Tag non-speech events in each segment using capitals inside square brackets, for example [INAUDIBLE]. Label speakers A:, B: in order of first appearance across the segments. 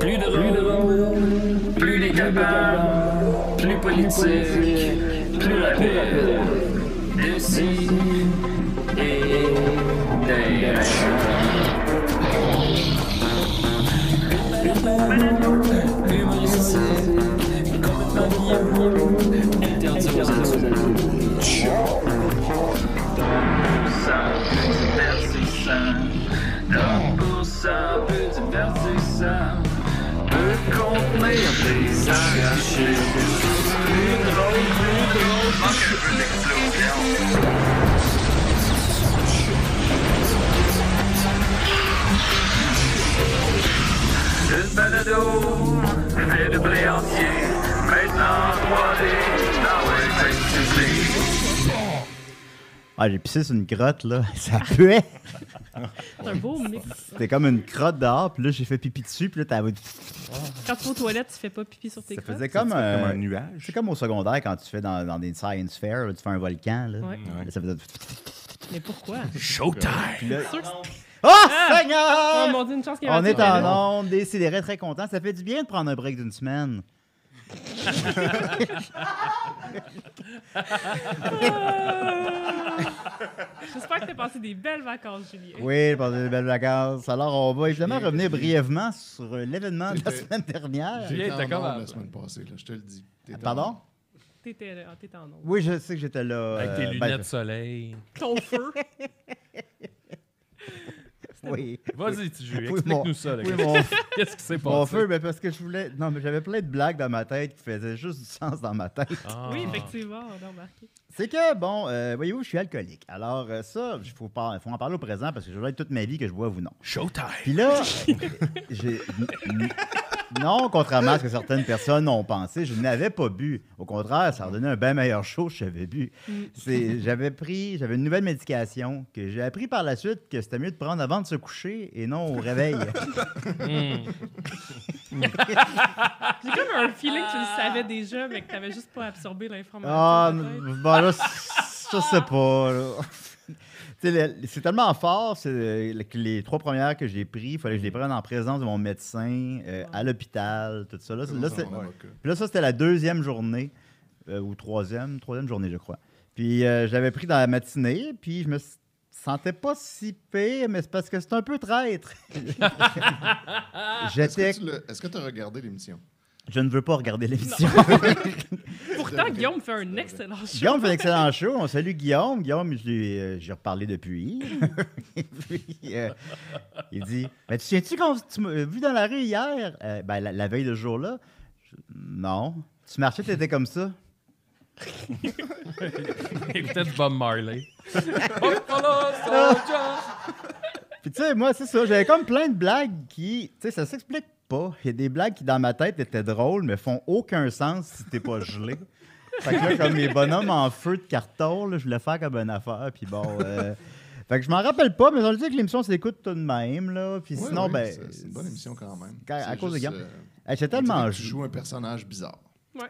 A: Plus de rôle, plus décapable, plus politique, plus rapide. D'ici et d'ailleurs. Humoristique, comme un avion, interdit aux adultes. Ça, divertissant. Donc pour ça, peu divertissant. Peut contenir des arrachés. Plus drôle, plus drôle. Manque un peu d'explosion. Une balado, fait de blé entier. Maintenant, 3D, dans le Facebook.
B: Ah, j'ai pissé sur une crotte, là. [LAUGHS] Ça puait.
C: C'est un beau mix.
B: C'était comme une crotte dehors, puis là, j'ai fait pipi dessus, puis là, t'as...
C: Quand tu vas aux toilettes, tu fais pas pipi sur
D: Ah,
C: tes
B: Ça
C: crottes.
B: faisait comme,
E: C'est comme
B: euh,
E: un nuage.
B: C'est comme au secondaire quand tu fais dans, dans des science fair, là, tu fais un volcan. Là.
C: Ouais.
B: Là, ça faisait.
C: Mais pourquoi?
E: Showtime!
C: C'est sûr que c'est-
B: Oh,
C: Ah! Oh
B: Seigneur!
C: mon dieu, une chance qu'il y
B: On
C: avait
B: est
C: un truc là.
B: en onde, décidéré, très content. Ça fait du bien de prendre un break d'une semaine.
C: J'espère que t'as passé des belles vacances, Julien.
B: Oui, pendant des belles vacances. Alors, on va évidemment revenir brièvement sur l'événement de la semaine dernière.
D: Julien,
F: J'étais en
D: t'es comme
F: onde
D: à-
F: la semaine passée, là, je te le dis. T'étais en
B: Pardon?
F: onde.
C: T'étais là, t'étais en onde.
B: Oui, je sais que j'étais là.
D: Avec tes
B: euh, ben,
D: lunettes soleil.
C: Ton feu.
B: Oui.
D: Vas-y, tu joues.
B: Oui,
D: Explique-nous
B: mon-
D: ça. là.
B: oui, mon,
D: [LAUGHS] Qu'est-ce qui s'est passé?
B: mon feu, mais parce que je voulais. Non, mais j'avais plein de blagues dans ma tête qui faisaient juste du sens dans ma tête. [LAUGHS]
D: Ah.
C: Oui, effectivement, on a remarqué.
B: C'est que, bon, euh, voyez-vous, je suis alcoolique. Alors, euh, ça, il faut, par- faut en parler au présent parce que je vais être toute ma vie que je bois ou non.
E: Showtime!
B: Puis là, euh, j'ai. n- Non, contrairement à ce que certaines personnes ont pensé, je n'avais pas bu. Au contraire, ça a donné un bien meilleur show que j'avais bu. C'est- J'avais pris, j'avais une nouvelle médication que j'ai appris par la suite que c'était mieux de prendre avant de se coucher et non au réveil.
D: Hmm.
C: J'ai comme un feeling que tu le savais déjà, mais que t'avais juste pas absorbé l'information.
B: Ah,
C: peut-être.
B: n- bon, là, c- je sais pas. là. [LAUGHS] Tu sais, le- C'est tellement fort c'est, euh, que les trois premières que j'ai prises, il fallait que je les prenne en présence de mon médecin, euh, à l'hôpital, tout ça. Là, c'est- là, c'est- Puis là, ça, c'était la deuxième journée, euh, ou troisième, troisième journée, je crois. Puis euh, je l'avais pris dans la matinée, puis je me s- sentais pas si pire, mais c'est parce que c'est un peu traître. [LAUGHS]
F: Est-ce
B: J'étais...
F: que tu l'as- est-ce que tu as regardé l'émission?
B: Je ne veux pas regarder l'émission.
C: Pourtant, Guillaume fait un excellent show.
B: Guillaume fait un excellent show. On salue Guillaume. Guillaume, je lui- euh, j'ai reparlé depuis. [LAUGHS] Et puis, euh, il dit Mais tu sais-tu quand tu m'as vu dans la rue hier Euh, ben, la, la veille de ce jour-là Je- Non. Tu marchais, tu étais comme ça.
D: Écoutez du Bob Marley. Bob Marley, soldier.
B: Ah, Puis tu sais, moi, c'est ça. J'avais comme plein de blagues qui. Tu sais, ça s'explique pas. Il y a des blagues qui, dans ma tête, étaient drôles, mais font aucun sens si t'es pas gelé. Fait que là, comme les bonhommes en feu de carton, là, je voulais faire comme une affaire. Puis bon. euh, Fait que je m'en rappelle pas, mais on le dit que l'émission s'écoute tout de même, là. Puis
F: Ouais,
B: sinon,
F: ouais,
B: ben.
F: c'est- C'est une bonne émission quand même.
B: Quand- à
F: C'est
B: cause de
F: juste,
B: Guillaume.
F: euh,
B: Hey, J'étais
F: on dirait
B: tellement
F: que Tu
B: gelé.
F: joues un personnage bizarre.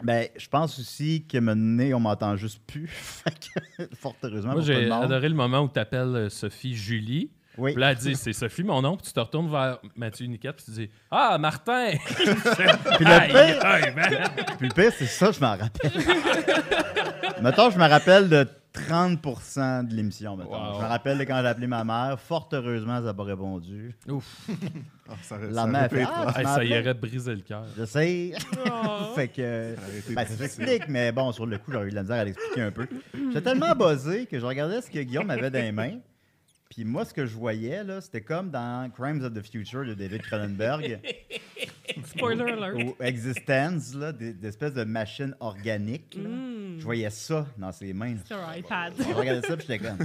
B: Ben, je pense aussi que mon nez, on m'entend juste plus. [LAUGHS] Fait que, fort heureusement,
D: Moi,
B: pour tout
D: j'ai
B: le monde.
D: adoré le moment où t'appelles euh, Sophie Julie.
B: Oui.
D: Puis là, elle dit, c'est Sophie mon nom. Puis tu te retournes vers Mathieu Niquette. Puis tu dis, ah, Martin!
B: Puis le Ah, pire, Puis le pire, c'est ça, je m'en rappelle. mettons, je me rappelle de 30 de l'émission, mettons.
D: Wow.
B: Je me rappelle de quand j'ai appelé ma mère. Fort heureusement, elle n'a pas répondu.
D: Ouf,
F: Ah, ça aurait-
B: La
F: ça
B: mère
F: aurait
B: a
F: pu
B: fait
F: être
B: Ah, tu
D: Hey,
B: m'as
D: ça
B: appelé?
D: irait briser le cœur.
B: Je sais.
C: Oh.
B: [LAUGHS] fait que.
F: Arrêtez
B: Ben,
F: de
B: ça
F: dire
B: s'explique, mais bon, sur le coup, j'aurais eu de la misère à l'expliquer un peu. J'étais tellement buzzé que je regardais ce que Guillaume avait dans les mains. Puis moi, ce que je voyais, là, c'était comme dans Crimes of the Future de David Cronenberg.
C: Spoiler alert.
B: ou Existence, là, des, des espèces de machines organiques. là.
C: Mm.
B: Je voyais ça dans ses mains.
C: C'est un iPad.
B: Je regardais ça, puis j'étais comme...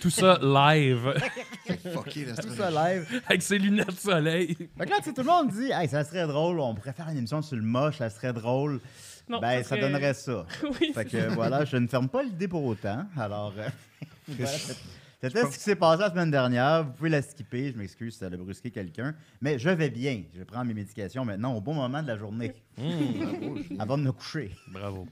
D: Tout ça live, [LAUGHS]
F: fucké, la
B: Tout ça live.
D: avec ses lunettes de soleil.
B: Fait que là, tu sais, tout le monde dit, hey, ça serait drôle, on pourrait faire une émission sur le moche, ça serait drôle.
C: Non,
B: ben,
C: parce
B: ça
C: que-
B: donnerait ça.
C: [LAUGHS] Oui,
B: Fait
C: c'est
B: que voilà, je ne ferme pas l'idée pour autant. Alors, euh, [LAUGHS] voilà, c'est- c'était ce qui s'est passé la semaine dernière. Vous pouvez la skipper, je m'excuse si ça a brusqué quelqu'un. Mais je vais bien. Je prends mes médications maintenant au bon moment de la journée,
D: Hmm,
B: avant de me coucher.
D: bravo.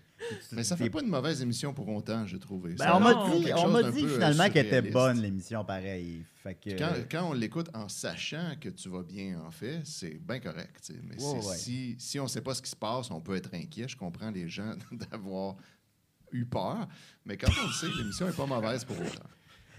F: Mais ça fait pas une mauvaise émission pour autant, j'ai trouvé.
B: Ben,
F: Ça
B: on m'a
C: Non.
B: dit,
F: quelque
B: on
F: chose
B: m'a
F: d'un
B: dit
F: peu, euh,
B: finalement qu'elle était
F: surréaliste.
B: bonne, l'émission, pareil. Fait que,
F: Quand, euh, quand on l'écoute en sachant que tu vas bien, en fait, c'est bien correct. tu sais. Mais
B: Ouais,
F: c'est-
B: ouais.
F: Si, si on ne sait pas ce qui se passe, on peut être inquiet. Je comprends les gens [LAUGHS] d'avoir eu peur. Mais quand on le sait, l'émission n'est pas mauvaise pour autant.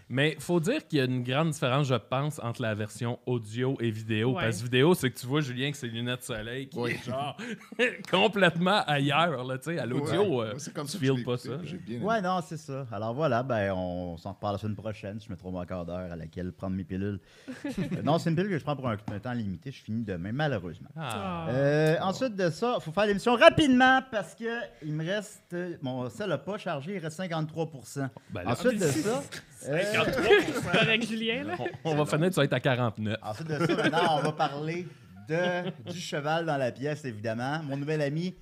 D: Mais faut dire qu'il y a une grande différence, je pense, entre la version audio et vidéo.
C: Ouais.
D: Parce que vidéo, c'est que tu vois Julien avec ses lunettes de soleil qui
F: Oui.
D: est genre [LAUGHS] complètement ailleurs. Là, tu sais, à l'audio,
F: Ouais.
D: euh,
F: Moi, c'est comme
D: tu
F: ça que je
D: feels
F: l'ai
D: pas
F: écouté,
D: ça.
F: puis J'ai bien aimé.
B: Ouais, non, c'est ça. Alors voilà, ben, on s'en reparle la semaine prochaine. si Je me trouve encore d'heure à laquelle prendre mes
F: [LAUGHS]
B: pilules. Euh, non, c'est une pilule que je prends pour un, un temps limité. Je finis demain, malheureusement.
D: Ah.
B: Euh, Ensuite de ça, faut faire l'émission rapidement parce que il me reste. euh, Mon sel n'a pas chargé, il reste 53
D: Ben là,
B: Ensuite
F: Ah,
B: de ça. euh,
C: C'est correct, Julien, là.
D: on, on va finir, tu vas être à 49.
B: ensuite de ça, maintenant, on va parler de, du cheval dans la pièce, évidemment. Mon nouvel ami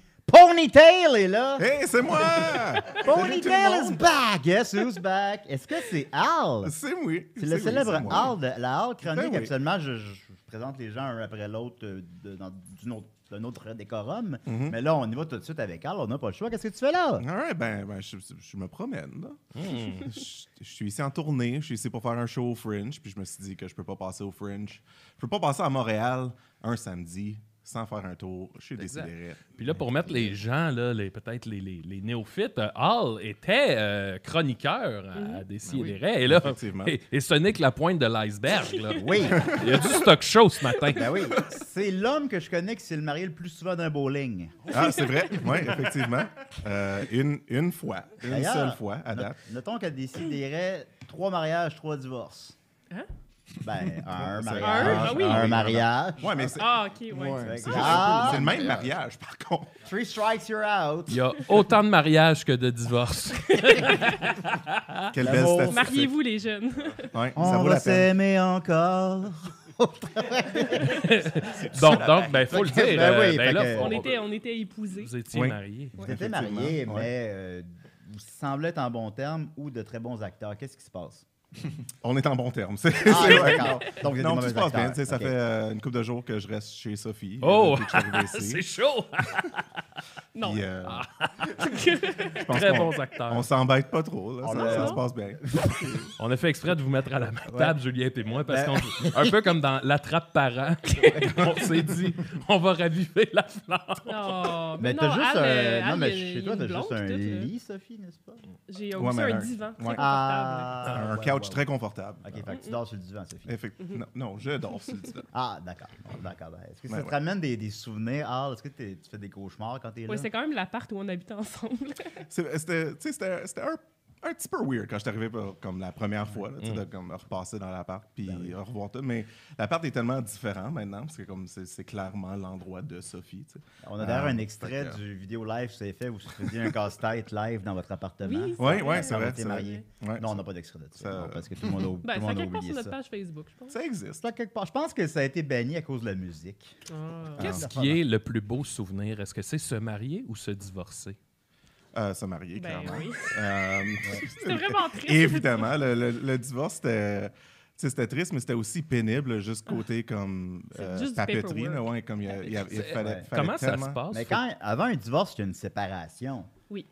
B: Ponytail est là.
E: Hey, c'est moi! Salut tout le
B: Ponytail is
E: monde!
B: back! Guess who's back? Est-ce que c'est Al?
E: C'est moi!
B: C'est le
E: oui,
B: célèbre
E: c'est moi.
B: Hall, de- la Hall chronique.
E: Ben oui.
B: Absolument, je, je- je présente les gens un après l'autre euh, de- dans- d'une autre- d'un autre décorum.
E: Mm-hmm.
B: Mais là, on y va tout de suite avec Hall. On n'a pas le choix. Qu'est-ce que tu fais
E: [LAUGHS]
B: là?
E: Alright, ben, ben, je, je me promène. là.
B: Hmm.
E: Je, je suis ici en tournée, je suis ici pour faire un show au Fringe, puis je me suis dit que je peux pas passer au Fringe. Je peux pas passer à Montréal un samedi sans faire un tour. Je suis
D: Exact.
E: décidé.
D: Puis là, pour mettre les gens, là, les, peut-être les, les, les néophytes, euh, Hall était euh, chroniqueur à,
F: Ben
D: à Décideret. et, là,
E: Effectivement.
D: et, et ce n'est que la pointe de l'iceberg. là.
B: Oui,
D: Il y a du stock show ce matin.
B: ben oui. C'est l'homme que je connais qui s'est le marié le plus souvent d'un bowling.
E: Ah,
B: [LAUGHS]
E: c'est vrai? Oui, effectivement. Euh, une, une fois, une
B: D'ailleurs,
E: seule fois à
B: Not-
E: date.
B: Notons qu'elle déciderait trois mariages, trois divorces.
C: Hein?
B: Ben, un
E: c'est-
B: mariage,
C: Ah oui.
B: un mariage.
E: Ouais, mais c'est
C: Ah, OK, ouais.
F: Ouais.
B: Fait que Hall,
E: c'est le même mariage, par contre.
B: three strikes, you're out.
D: Il y a autant de mariages que de divorces.
E: Quelle
B: Le
E: belle
B: mot-
E: statistique.
C: Mariez-vous, les jeunes.
E: Ouais, ça
B: Ah. On
E: vaut
B: va
E: la peine.
B: s'aimer encore.
D: donc, donc, ben, faut le dire.
B: Ben
D: euh,
B: oui, fait
D: ben là,
B: que-
D: faut-
C: On était, on était épousés.
D: Vous étiez
E: Oui.
D: mariés.
B: Vous étiez
E: Effectivement,
B: mariés,
E: ouais.
B: mais euh, vous semblez être en bons termes ou de très bons acteurs. Qu'est-ce qui se passe?
E: On est en bon terme. C'est
B: Ah,
E: c'est vrai.
B: d'accord. Donc, vous êtes des
E: Non, tout
B: mauvais
E: se passe bien.
B: acteurs.
E: tu sais, Ça
B: Ok.
E: fait euh, une couple de jours que je reste chez Sophie. euh,
D: Oh!
E: depuis que je suis arrivé ici.
D: [LAUGHS] C'est chaud!
C: Non.
E: Puis, euh, [LAUGHS] je pense
D: Très
E: qu'on-
D: bons acteurs.
E: On s'embête pas trop. Là.
B: On
E: Ça,
B: le-
E: ça se passe bien.
D: On a fait exprès de vous mettre à la même table, Julien et moi, parce
B: Ben-
D: qu'on un peu comme dans l'attrape parent, on s'est dit on va raviver la flamme.
B: [LAUGHS]
C: Oh,
B: Mais
C: non,
B: t'as juste
C: Anne, euh,
B: un. Non,
C: Anne,
B: mais
C: il y a-
B: chez
C: il y a
B: toi,
C: une
B: t'as
C: blonde,
B: juste un
C: puis tout, là.
B: lit, Sophie, n'est-ce pas?
C: J'ai
E: Ouais,
C: aussi
E: mais
C: un
E: un-
C: divan très
E: ouais.
B: Ah,
C: confortable.
E: un
B: ouais,
E: couch
B: ouais.
E: très confortable.
B: Ok, fait que Mhm. tu dors sur le divan, Sophie.
E: Effect- non, non, je dors sur le divan.
B: Ah, d'accord. Bon, d'accord. ben, Est-ce que ça
E: Ouais,
B: te
E: ouais.
B: ramène des, des souvenirs? Ah, est-ce que t'es- tu fais des cauchemars quand t'es là?
C: Oui, c'est quand même l'appart où on habitait ensemble.
E: C'est- C'était tu sais, c'était- c'était un, un petit peu weird quand je suis arrivé pour- comme la première fois, là, tu
B: Mhm.
E: sais, de comme, repasser dans l'appart puis
B: Ben
E: revoir tout. Mais l'appart est tellement différent maintenant parce que comme c'est c'est clairement l'endroit de Sophie. tu sais.
B: On a d'ailleurs
E: Ah,
B: un extrait
E: d'accord.
B: du vidéo live que vous avez fait où vous faisiez un
E: [LAUGHS]
B: casse-tête live dans votre appartement.
C: Oui,
E: Ouais, ouais, c'est
B: Quand vous
E: vrai.
B: étiez
E: c'est vrai.
B: mariés.
E: Ouais,
B: Non, on
E: ça-
B: n'a pas d'extrait de ça.
E: Ça- euh,
B: non, parce que tout le
C: [LAUGHS]
B: monde a, tout le
C: Ben, ça
B: monde a
C: quelque part
B: oublié
C: sur notre
B: ça.
C: page Facebook, je pense.
E: ça existe.
B: Ça, quelque part. Je pense que ça a été banni à cause de la musique.
D: Qu'est-ce qui est le plus beau souvenir? Est-ce que c'est se marier ou se divorcer?
E: Euh, se marier,
C: Ben
E: clairement.
C: oui.
E: [LAUGHS] Euh,
C: C'était vraiment triste.
E: Évidemment, le, le- le divorce, c'était. tu sais, C'était triste, mais c'était aussi pénible, juste côté comme
C: Ah. C'est
E: euh,
C: juste du
E: papeterie. là,
C: paperwork.
E: ouais, comme il, y a- il y a- il
D: C'est-
E: fallait,
B: ouais.
E: fallait
D: Comment ça
E: tellement-
D: se passe?
B: Mais
D: Faut-
B: quand, avant un divorce, il y a une séparation.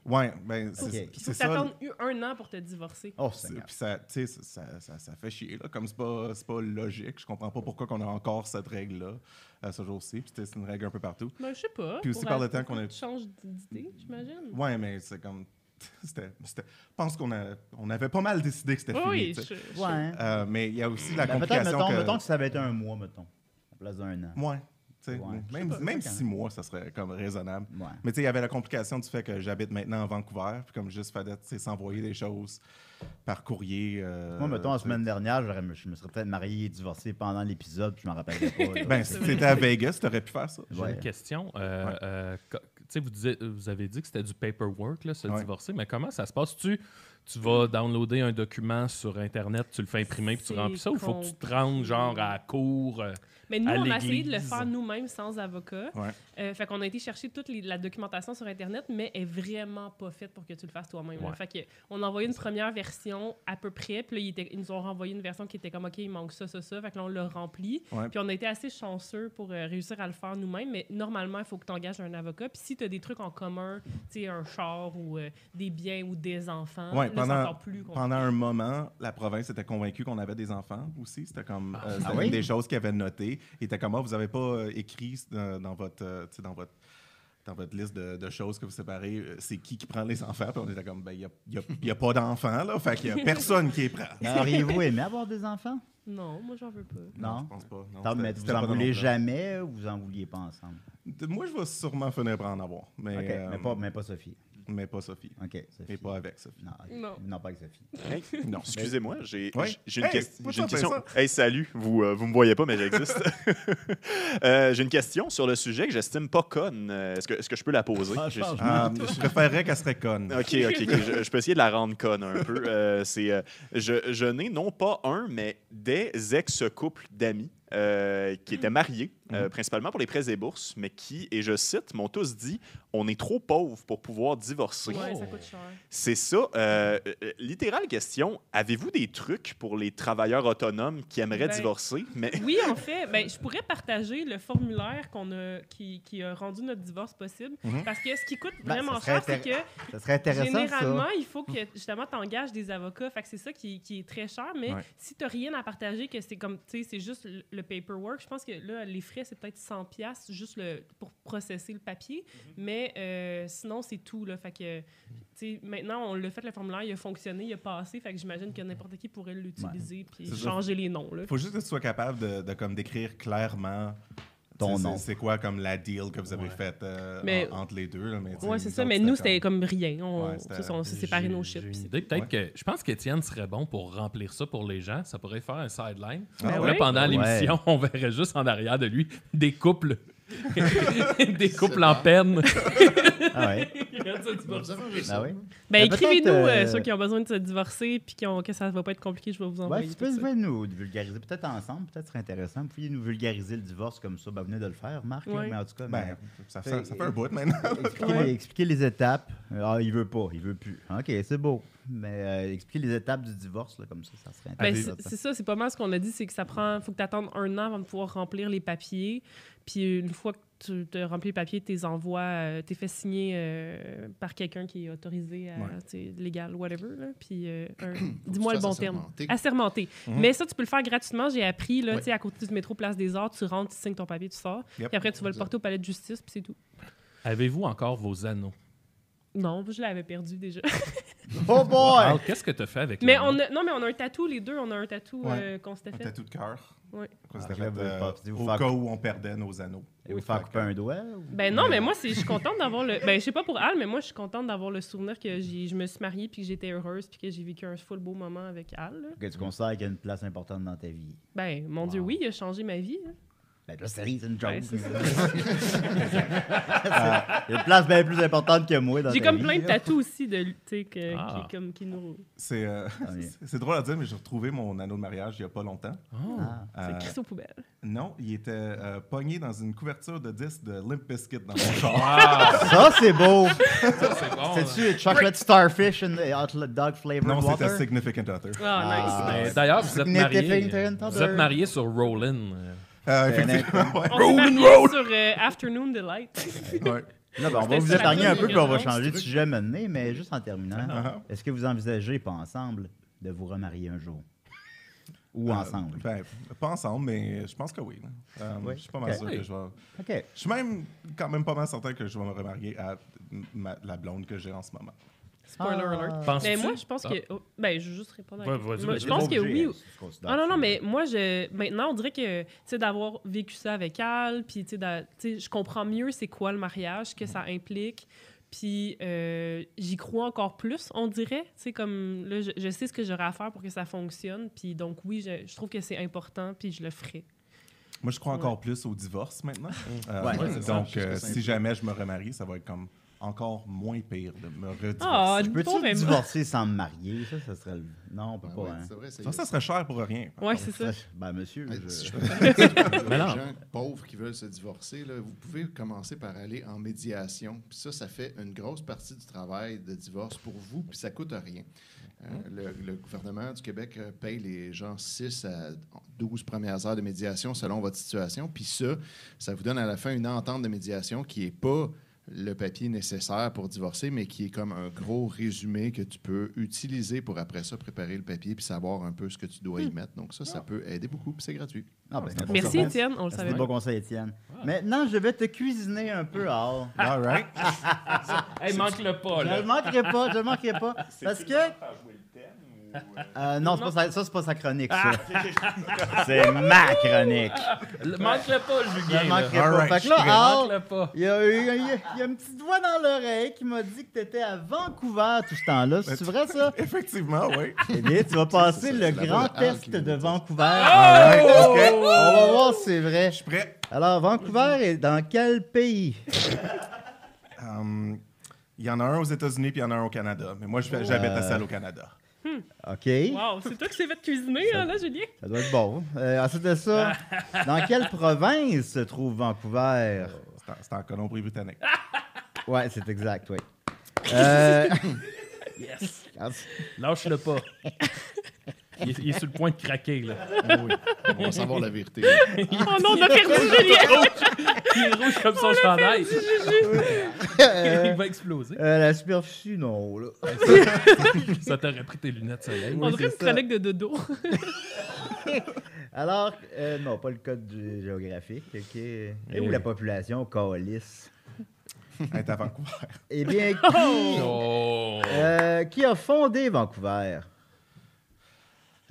E: Ouais, ben, c'est
B: Ok.
C: Puis faut
E: c'est
C: que
E: ça.
C: t'attendes eu un an pour te divorcer.
B: Oh,
E: C'est-
B: Seigneur.
E: Puis ça, tu sais, ça, ça, ça- ça fait chier, là. Comme c'est pas, c'est pas logique. Je comprends pas pourquoi qu'on a encore cette règle-là à ce jour-ci. Puis tu sais, c'est une règle un peu partout.
C: Ben, je sais pas.
E: Puis aussi
C: pour
E: par
C: la-
E: le temps qu'on a-
C: Tu changes d'idée, j'imagine.
E: Ouais, mais c'est comme. [LAUGHS] C'était. c'était- Je pense qu'on a- on avait pas mal décidé que c'était
C: Oui,
E: fini.
C: oui,
E: tu
C: je,
E: sais.
C: je-
B: Ouais.
E: Euh, mais il y a aussi la
B: Ben, peut-être,
E: complication.
B: mettons,
E: que...
B: mettons que ça avait été un mois, mettons, en place d'un an.
E: Ouais. tu sais,
B: Ouais. Je sais
E: Même,
B: pas, c'est
E: même
B: pas
E: six mois, ça serait comme raisonnable.
B: Ouais.
E: Mais tu sais, il y avait la complication du fait que j'habite maintenant à Vancouver, puis comme juste fallait tu sais, s'envoyer des choses par courrier. euh,
B: Moi, mettons, la
E: tu sais.
B: semaine dernière, j'aurais- je me serais peut-être marié et divorcé pendant l'épisode, puis je m'en rappellerais pas. là.
E: Ben, si t'étais à Vegas, t'aurais pu faire ça.
D: J'ai
B: Ouais.
D: une question. Euh,
E: Ouais.
D: euh, co- tu sais, vous, disiez- vous avez dit que c'était du paperwork, là, se
E: Ouais.
D: divorcer, mais comment ça se passe? Tu tu vas downloader un document sur Internet, tu le fais imprimer, puis tu
C: C'est
D: remplis ça, ou faut que tu te rendes genre à la cour? euh,
C: Mais nous,
D: à
C: on a essayé de le
D: l'église.
C: faire nous-mêmes sans avocat.
E: Ouais.
C: Euh, fait qu'on a été chercher toute les- la documentation sur Internet, mais elle est vraiment pas faite pour que tu le fasses toi-même. là.
D: Ouais.
C: Fait que on a envoyé une première version à peu près, puis là, ils, étaient- ils nous ont renvoyé une version qui était comme, OK, il manque ça, ça, ça. Fait que là, on l'a rempli.
E: Ouais.
C: Puis on a été assez chanceux pour euh, réussir à le faire nous-mêmes, mais normalement, il faut que tu engages un avocat. Puis si tu as des trucs en commun, tu sais, un char ou euh, des biens ou des enfants,
E: Ouais,
C: là, c'est
E: pendant-
C: encore plus compliqué.
E: Pendant un moment, la province était convaincue qu'on avait des enfants aussi. C'était comme euh, c'était
B: Ah oui?
E: une des choses qu'ils avaient notées. Ils étaient comme Ah, vous n'avez pas euh, écrit euh, dans votre, euh, tu sais, dans votre dans votre liste de, de choses que vous séparez, euh, c'est qui qui prend les [LAUGHS] enfants? Puis on était comme, ben, il n'y a, il y a- il y a pas d'enfants, là. Fait qu'il n'y a personne qui les prend.
B: Mais Auriez-vous aimé avoir des enfants?
C: Non, moi, j'en veux pas.
B: Non.
E: je pense pas. non,
B: Attends,
E: c'était-
B: mais vous
E: c'était
B: en
E: pas dans
B: voulez
E: notre plan.
B: jamais ou vous en vouliez pas ensemble?
E: De- Moi, je vais sûrement finir par en avoir. Mais,
B: OK,
E: euh,
B: mais, pas, mais pas Sophie.
E: mais pas Sophie.
B: OK, Sophie.
E: Et pas
B: [LAUGHS]
E: avec Sophie.
B: Non, ok.
C: Non.
B: non, pas avec Sophie.
G: Hey,
E: Non.
G: Excusez-moi, j'ai
E: Ouais.
G: j'ai- j'ai une,
E: Hey,
G: ques-
E: pourquoi
G: j'ai une
E: t'as fait
G: question. Hey, salut, vous euh, vous me voyez pas, mais j'existe. [LAUGHS] Euh, j'ai une question sur le sujet que j'estime pas conne. Euh, Est-ce que, est-ce que je peux la poser?
B: Ah,
G: Je-
B: change.
E: Ah, je préférerais qu'elle serait conne.
G: Ok, ok, ok, je, je peux essayer de la rendre conne un peu. Euh, c'est, euh, je je n'ai non pas un, mais des ex-couples d'amis euh, qui étaient mariés, euh, principalement pour les prêts et bourses, mais qui, et je cite, m'ont tous dit on est trop pauvres pour pouvoir divorcer.
C: Ouais, ça coûte cher.
G: C'est ça. Euh, euh, littérale question avez-vous des trucs pour les travailleurs autonomes qui aimeraient
C: Ben,
G: divorcer, mais
C: Oui, en fait, ben, je pourrais partager le formulaire qu'on a, qui, qui a rendu notre divorce possible.
E: Mhm.
C: Parce que ce qui coûte
B: Ben,
C: vraiment
B: ça serait
C: cher, c'est que
B: Ça serait intéressant,
C: généralement,
B: ça.
C: il faut que justement tu engages des avocats. Fait que c'est ça qui, qui est très cher. Mais
E: Ouais.
C: si tu n'as rien à partager, que c'est comme, tu sais, c'est juste le, le paperwork, je pense que là, les frais, c'est peut-être 100$ piastres juste le, pour processer le papier.
B: Mhm.
C: Mais euh, sinon, c'est tout. Là. Fait que, tu sais, maintenant, on l'a fait, le formulaire, il a fonctionné, il a passé. Fait que j'imagine que n'importe qui pourrait l'utiliser puis
E: C'est ça.
C: changer les noms. Là.
E: faut juste que tu sois capable de, de comme décrire clairement
B: Ton
E: tu sais,
B: nom.
E: c'est- C'est quoi comme la deal que vous avez faite euh,
C: Mais-
E: en- entre les deux? là, mais tu sais,
C: Oui,
E: nous
C: c'est ça,
E: autres,
C: mais nous, c'était comme rien. On,
E: Ouais, c'était-
C: c'est ça, on s'est séparés
D: J'ai-
C: nos
D: j'ai
C: chips.
D: une
C: puis
D: [LAUGHS]
C: c'est-
D: idée. Peut-être que je pense qu'Étienne serait bon pour remplir ça pour les gens. Ça pourrait faire un sideline.
E: Ah
C: Ben
D: Là,
C: oui.
D: pendant
B: Ouais.
D: l'émission, [LAUGHS] on verrait juste en arrière de lui des couples. des couples en
F: bon.
D: peine.
C: [LAUGHS]
B: Ah ouais.
F: On va vous arranger ça.
B: Ah oui. Ben,
C: Ben, écrivez-nous
B: peut-être,
C: euh,
B: euh,
C: ceux qui ont besoin de se divorcer puis qui ont, que ça va pas être compliqué, je vais vous envoyer.
B: Ouais, tu
C: tout
B: peux
C: ça.
B: venir nous vulgariser, peut-être ensemble, peut-être ce serait intéressant. Vous pouviez nous vulgariser le divorce comme ça. Ben, vous venez de le faire, Marc, là,
C: Ouais.
B: mais en tout cas,
E: Ben,
B: mais-
E: ça, fait, ça fait un bout maintenant.
B: Expliquer,
C: Ouais.
B: expliquer les étapes. Euh, Ah, il veut pas, il veut plus. OK, c'est beau. Mais euh, expliquer les étapes du divorce, là, comme ça, ça serait
C: Ben,
B: intéressant.
C: c'est c'est ça, c'est pas mal ce qu'on a dit, c'est que ça prend, faut que tu attendes un an avant de pouvoir remplir les papiers. Puis une fois que tu te remplis les papiers, tu les envoies, euh, t'es fait signer euh, par quelqu'un qui est autorisé, à,
E: Ouais.
C: tu sais, légal, whatever. là. Puis euh, un- dis-moi le bon terme.
F: assermenté.
C: Assermenté. Mais ça, tu peux le faire gratuitement. J'ai appris, là,
F: Ouais.
C: tu sais, à côté du métro Place des Arts, tu rentres, tu signes ton papier, tu sors. [LAUGHS]
E: Yep.
C: Puis après, tu vas le
F: Exact.
C: porter au palais de justice, puis c'est tout.
D: Avez-vous encore vos anneaux?
C: Non, je l'avais perdu déjà.
B: Oh boy!
D: Al, qu'est-ce que tu fait
C: [LAUGHS]
D: avec
C: mais
D: l'anneau?
C: on a, non, mais on a un tatou les deux, on a un tatou
E: Ouais.
C: euh, qu'on s'était
E: Un
C: fait.
E: tatou de cœur.
C: Ouais.
E: Qu'on s'était
B: Ah, je l'ai
E: fait,
B: pas
E: euh,
B: pensé, vous
E: au
B: faire-
E: cas où on perdait nos anneaux.
B: Et vous faire couper un doigt? ou-
C: Ben non, mais moi c'est je suis contente d'avoir le ben je sais pas pour Al, mais moi je suis contente d'avoir le souvenir que j'ai- je me suis mariée puis que j'étais heureuse puis que j'ai vécu un full beau moment avec Al. là.
B: Que tu considères qu'il y a une place importante dans ta vie.
C: Ben mon dieu, oui, il a changé ma vie. hein.
B: Ben là, c'est c'est une joke.
C: Ouais, c'est ça.
B: [LAUGHS] Il y a une place bien plus importante que moi dans
C: J'ai
B: ta
C: comme
B: vie, hein.
C: plein de
B: là.
C: tatous aussi de tu sais que
D: Ah.
C: qui comme qui nous
E: C'est euh, [LAUGHS]
B: oui.
E: c'est- c'est drôle à dire, mais j'ai retrouvé mon anneau de mariage il n'y a pas longtemps.
D: Oh.
B: Ah.
E: Euh,
C: crissent aux poubelles.
E: non, il était euh, pogné dans une couverture de disque de Limp Bizkit dans
B: [LAUGHS]
E: mon corps.
D: Ah,
B: Ça, c'est beau!
D: ça, c'est bon. là.
B: C'est-tu Chocolate Starfish and Hot Dog Flavored
E: non,
B: Water?
E: c'était Significant Euh, Other.
C: Ah, nice.
D: Mais Ben, D'ailleurs, vous êtes mariés. euh,
B: Significant
D: Vous êtes
B: other.
D: mariés sur Rollin. euh,
E: Euh, effectivement, ouais.
C: On s'est mariés sur euh, Afternoon Delight.
E: [LAUGHS]
C: [LAUGHS]
E: Ouais.
B: Non, ben, on va vous
C: C'était sur la
B: épargner un
C: ligne
B: peu, puis on va
C: de
B: changer de sujet maintenant, mais juste en terminant,
E: Ah.
B: est-ce que vous envisagez, pas ensemble, de vous remarier un jour? Ou ensemble?
E: Euh, ben, pas ensemble, mais je pense que oui. là. Euh,
B: Oui.
E: Je suis pas mal
B: Ok.
E: sûr que je vais.
B: OK.
E: Je suis même quand même pas mal certain que je vais me remarier à ma- la blonde que j'ai en ce moment.
C: Spoiler
B: Ah.
C: alert.
D: Penses-tu?
C: Mais moi je pense
D: Ah.
C: que oh, ben je veux juste répondre à la
D: Ouais,
C: question.
D: vas-y,
C: Moi,
D: vas-y.
C: Je pense
B: Pas
C: que
B: obligé, hein,
C: oui.
B: si tu considères
C: Ah non,
B: que
C: non,
B: c'est-
C: mais moi, je, maintenant, on dirait que, tu sais, d'avoir vécu ça avec Al, puis, tu sais, d'a- tu sais, je comprends mieux c'est quoi le mariage, que
B: Mm-hmm.
C: ça implique, puis euh, j'y crois encore plus, on dirait, tu sais, comme, là, je, je sais ce que j'aurai à faire pour que ça fonctionne, puis donc, oui, je, je trouve que c'est important, puis je le ferai.
E: Moi, je crois
C: Ouais.
E: encore plus au divorce maintenant. Euh,
B: [LAUGHS] Ouais,
E: donc,
F: c'est ça,
E: euh,
F: c'est
E: si jamais je me remarie, ça va être comme encore moins pire de me redivorcer.
C: Ah,
B: Je peux-tu
C: pauvre
B: me
C: Emma.
B: divorcer sans me marier? Ça, ça serait... le- Non, on peut
F: Ouais,
C: Ah.
B: pas.
F: ouais,
B: hein.
F: c'est vrai, c'est-
E: Ça, ça serait cher pour rien. [LAUGHS]
C: Ouais, c'est ça.
B: Ben, monsieur,
F: Hey,
B: je-
F: si je peux me permettre, pour
D: [LAUGHS] Mais
F: les
D: non.
F: gens pauvres qui veulent se divorcer, là, vous pouvez commencer par aller en médiation. Puis ça, ça fait une grosse partie du travail de divorce pour vous, puis ça coûte rien. Euh,
D: Hein?
F: le, le gouvernement du Québec euh, paye les gens 6 à 12 premières heures de médiation selon votre situation. Puis ça, ça vous donne à la fin une entente de médiation qui n'est pas le papier nécessaire pour divorcer, mais qui est comme un gros résumé que tu peux utiliser pour après ça préparer le papier puis savoir un peu ce que tu dois
D: Hmm.
F: y mettre. Donc ça,
D: Ah.
F: ça peut aider beaucoup, puis c'est gratuit.
B: Non, ben,
E: bon
C: Merci,
E: service.
C: Étienne, on le
B: C'était
C: savait.
B: des bons conseils, Étienne. Maintenant, je vais te cuisiner un peu, Al.
E: All right.
D: Hey, manque-le pas,
B: Je
D: là.
B: le manquerai pas, je le manquerai [LAUGHS] pas. Parce que. Euh, Ah, non, c'est pas sa- ça, c'est pas sa chronique, ça. c'est ma chronique.
D: Le- Manque-le pas,
B: Je le
D: Julien. là.
B: manquerai
E: All
B: pas.
E: right,
B: Fait que
E: je
B: là,
E: suis prêt.
B: Al,
D: Manque-le pas.
B: il y a, eu- il y a- il y a une petite voix dans l'oreille qui m'a dit que t'étais à Vancouver tout ce temps-là. C'est vrai,
F: [LAUGHS]
B: ça?
E: Effectivement, oui.
B: Eh bien, tu vas passer
F: C'est ça,
B: le
F: c'est la
B: grand
F: voix de Al
B: test
F: qui vient
B: de
F: de dire ça.
B: Vancouver. Ah!
E: All right, OK.
B: On va voir si c'est vrai.
E: Prêt?
B: Alors, Vancouver est dans quel pays?
E: Hum, Il y en a un aux États-Unis puis il y en a un au Canada. Mais moi, je fais- j'habite à Salle au Canada.
B: OK.
C: Wow, c'est toi qui s'est fait cuisiner, hein, là,
B: [LAUGHS]
C: Julien?
B: Ça doit être bon. Euh, ensuite de ça, dans quelle province se trouve Vancouver?
E: C'est en- C'est en Colombie-Britannique.
B: Ouais, c'est exact,
D: [LAUGHS]
B: oui. Euh, [LAUGHS]
D: Yes.
B: en-
D: Lâche-le pas. [LAUGHS] Il est, il est sur le point de craquer, là.
F: On va savoir la vérité.
C: Oh non, on a perdu Julien!
D: [LAUGHS] Il est rouge comme son
B: [LAUGHS]
D: chandail. Il
B: euh,
D: va exploser. [LAUGHS]
B: euh, la superficie, non. Là.
D: Ça t'aurait pris tes lunettes soleil.
C: On dirait
B: c'est
C: une
B: ça.
C: chronique de dodo.
B: Alors, euh, non, pas le code du- géographique. ok. Et
D: Eh
B: où
D: oui.
B: la population coalisse?
E: Être à Vancouver.
B: Eh
D: [LAUGHS]
B: bien, qui,
D: Oh!
B: euh, qui a fondé Vancouver?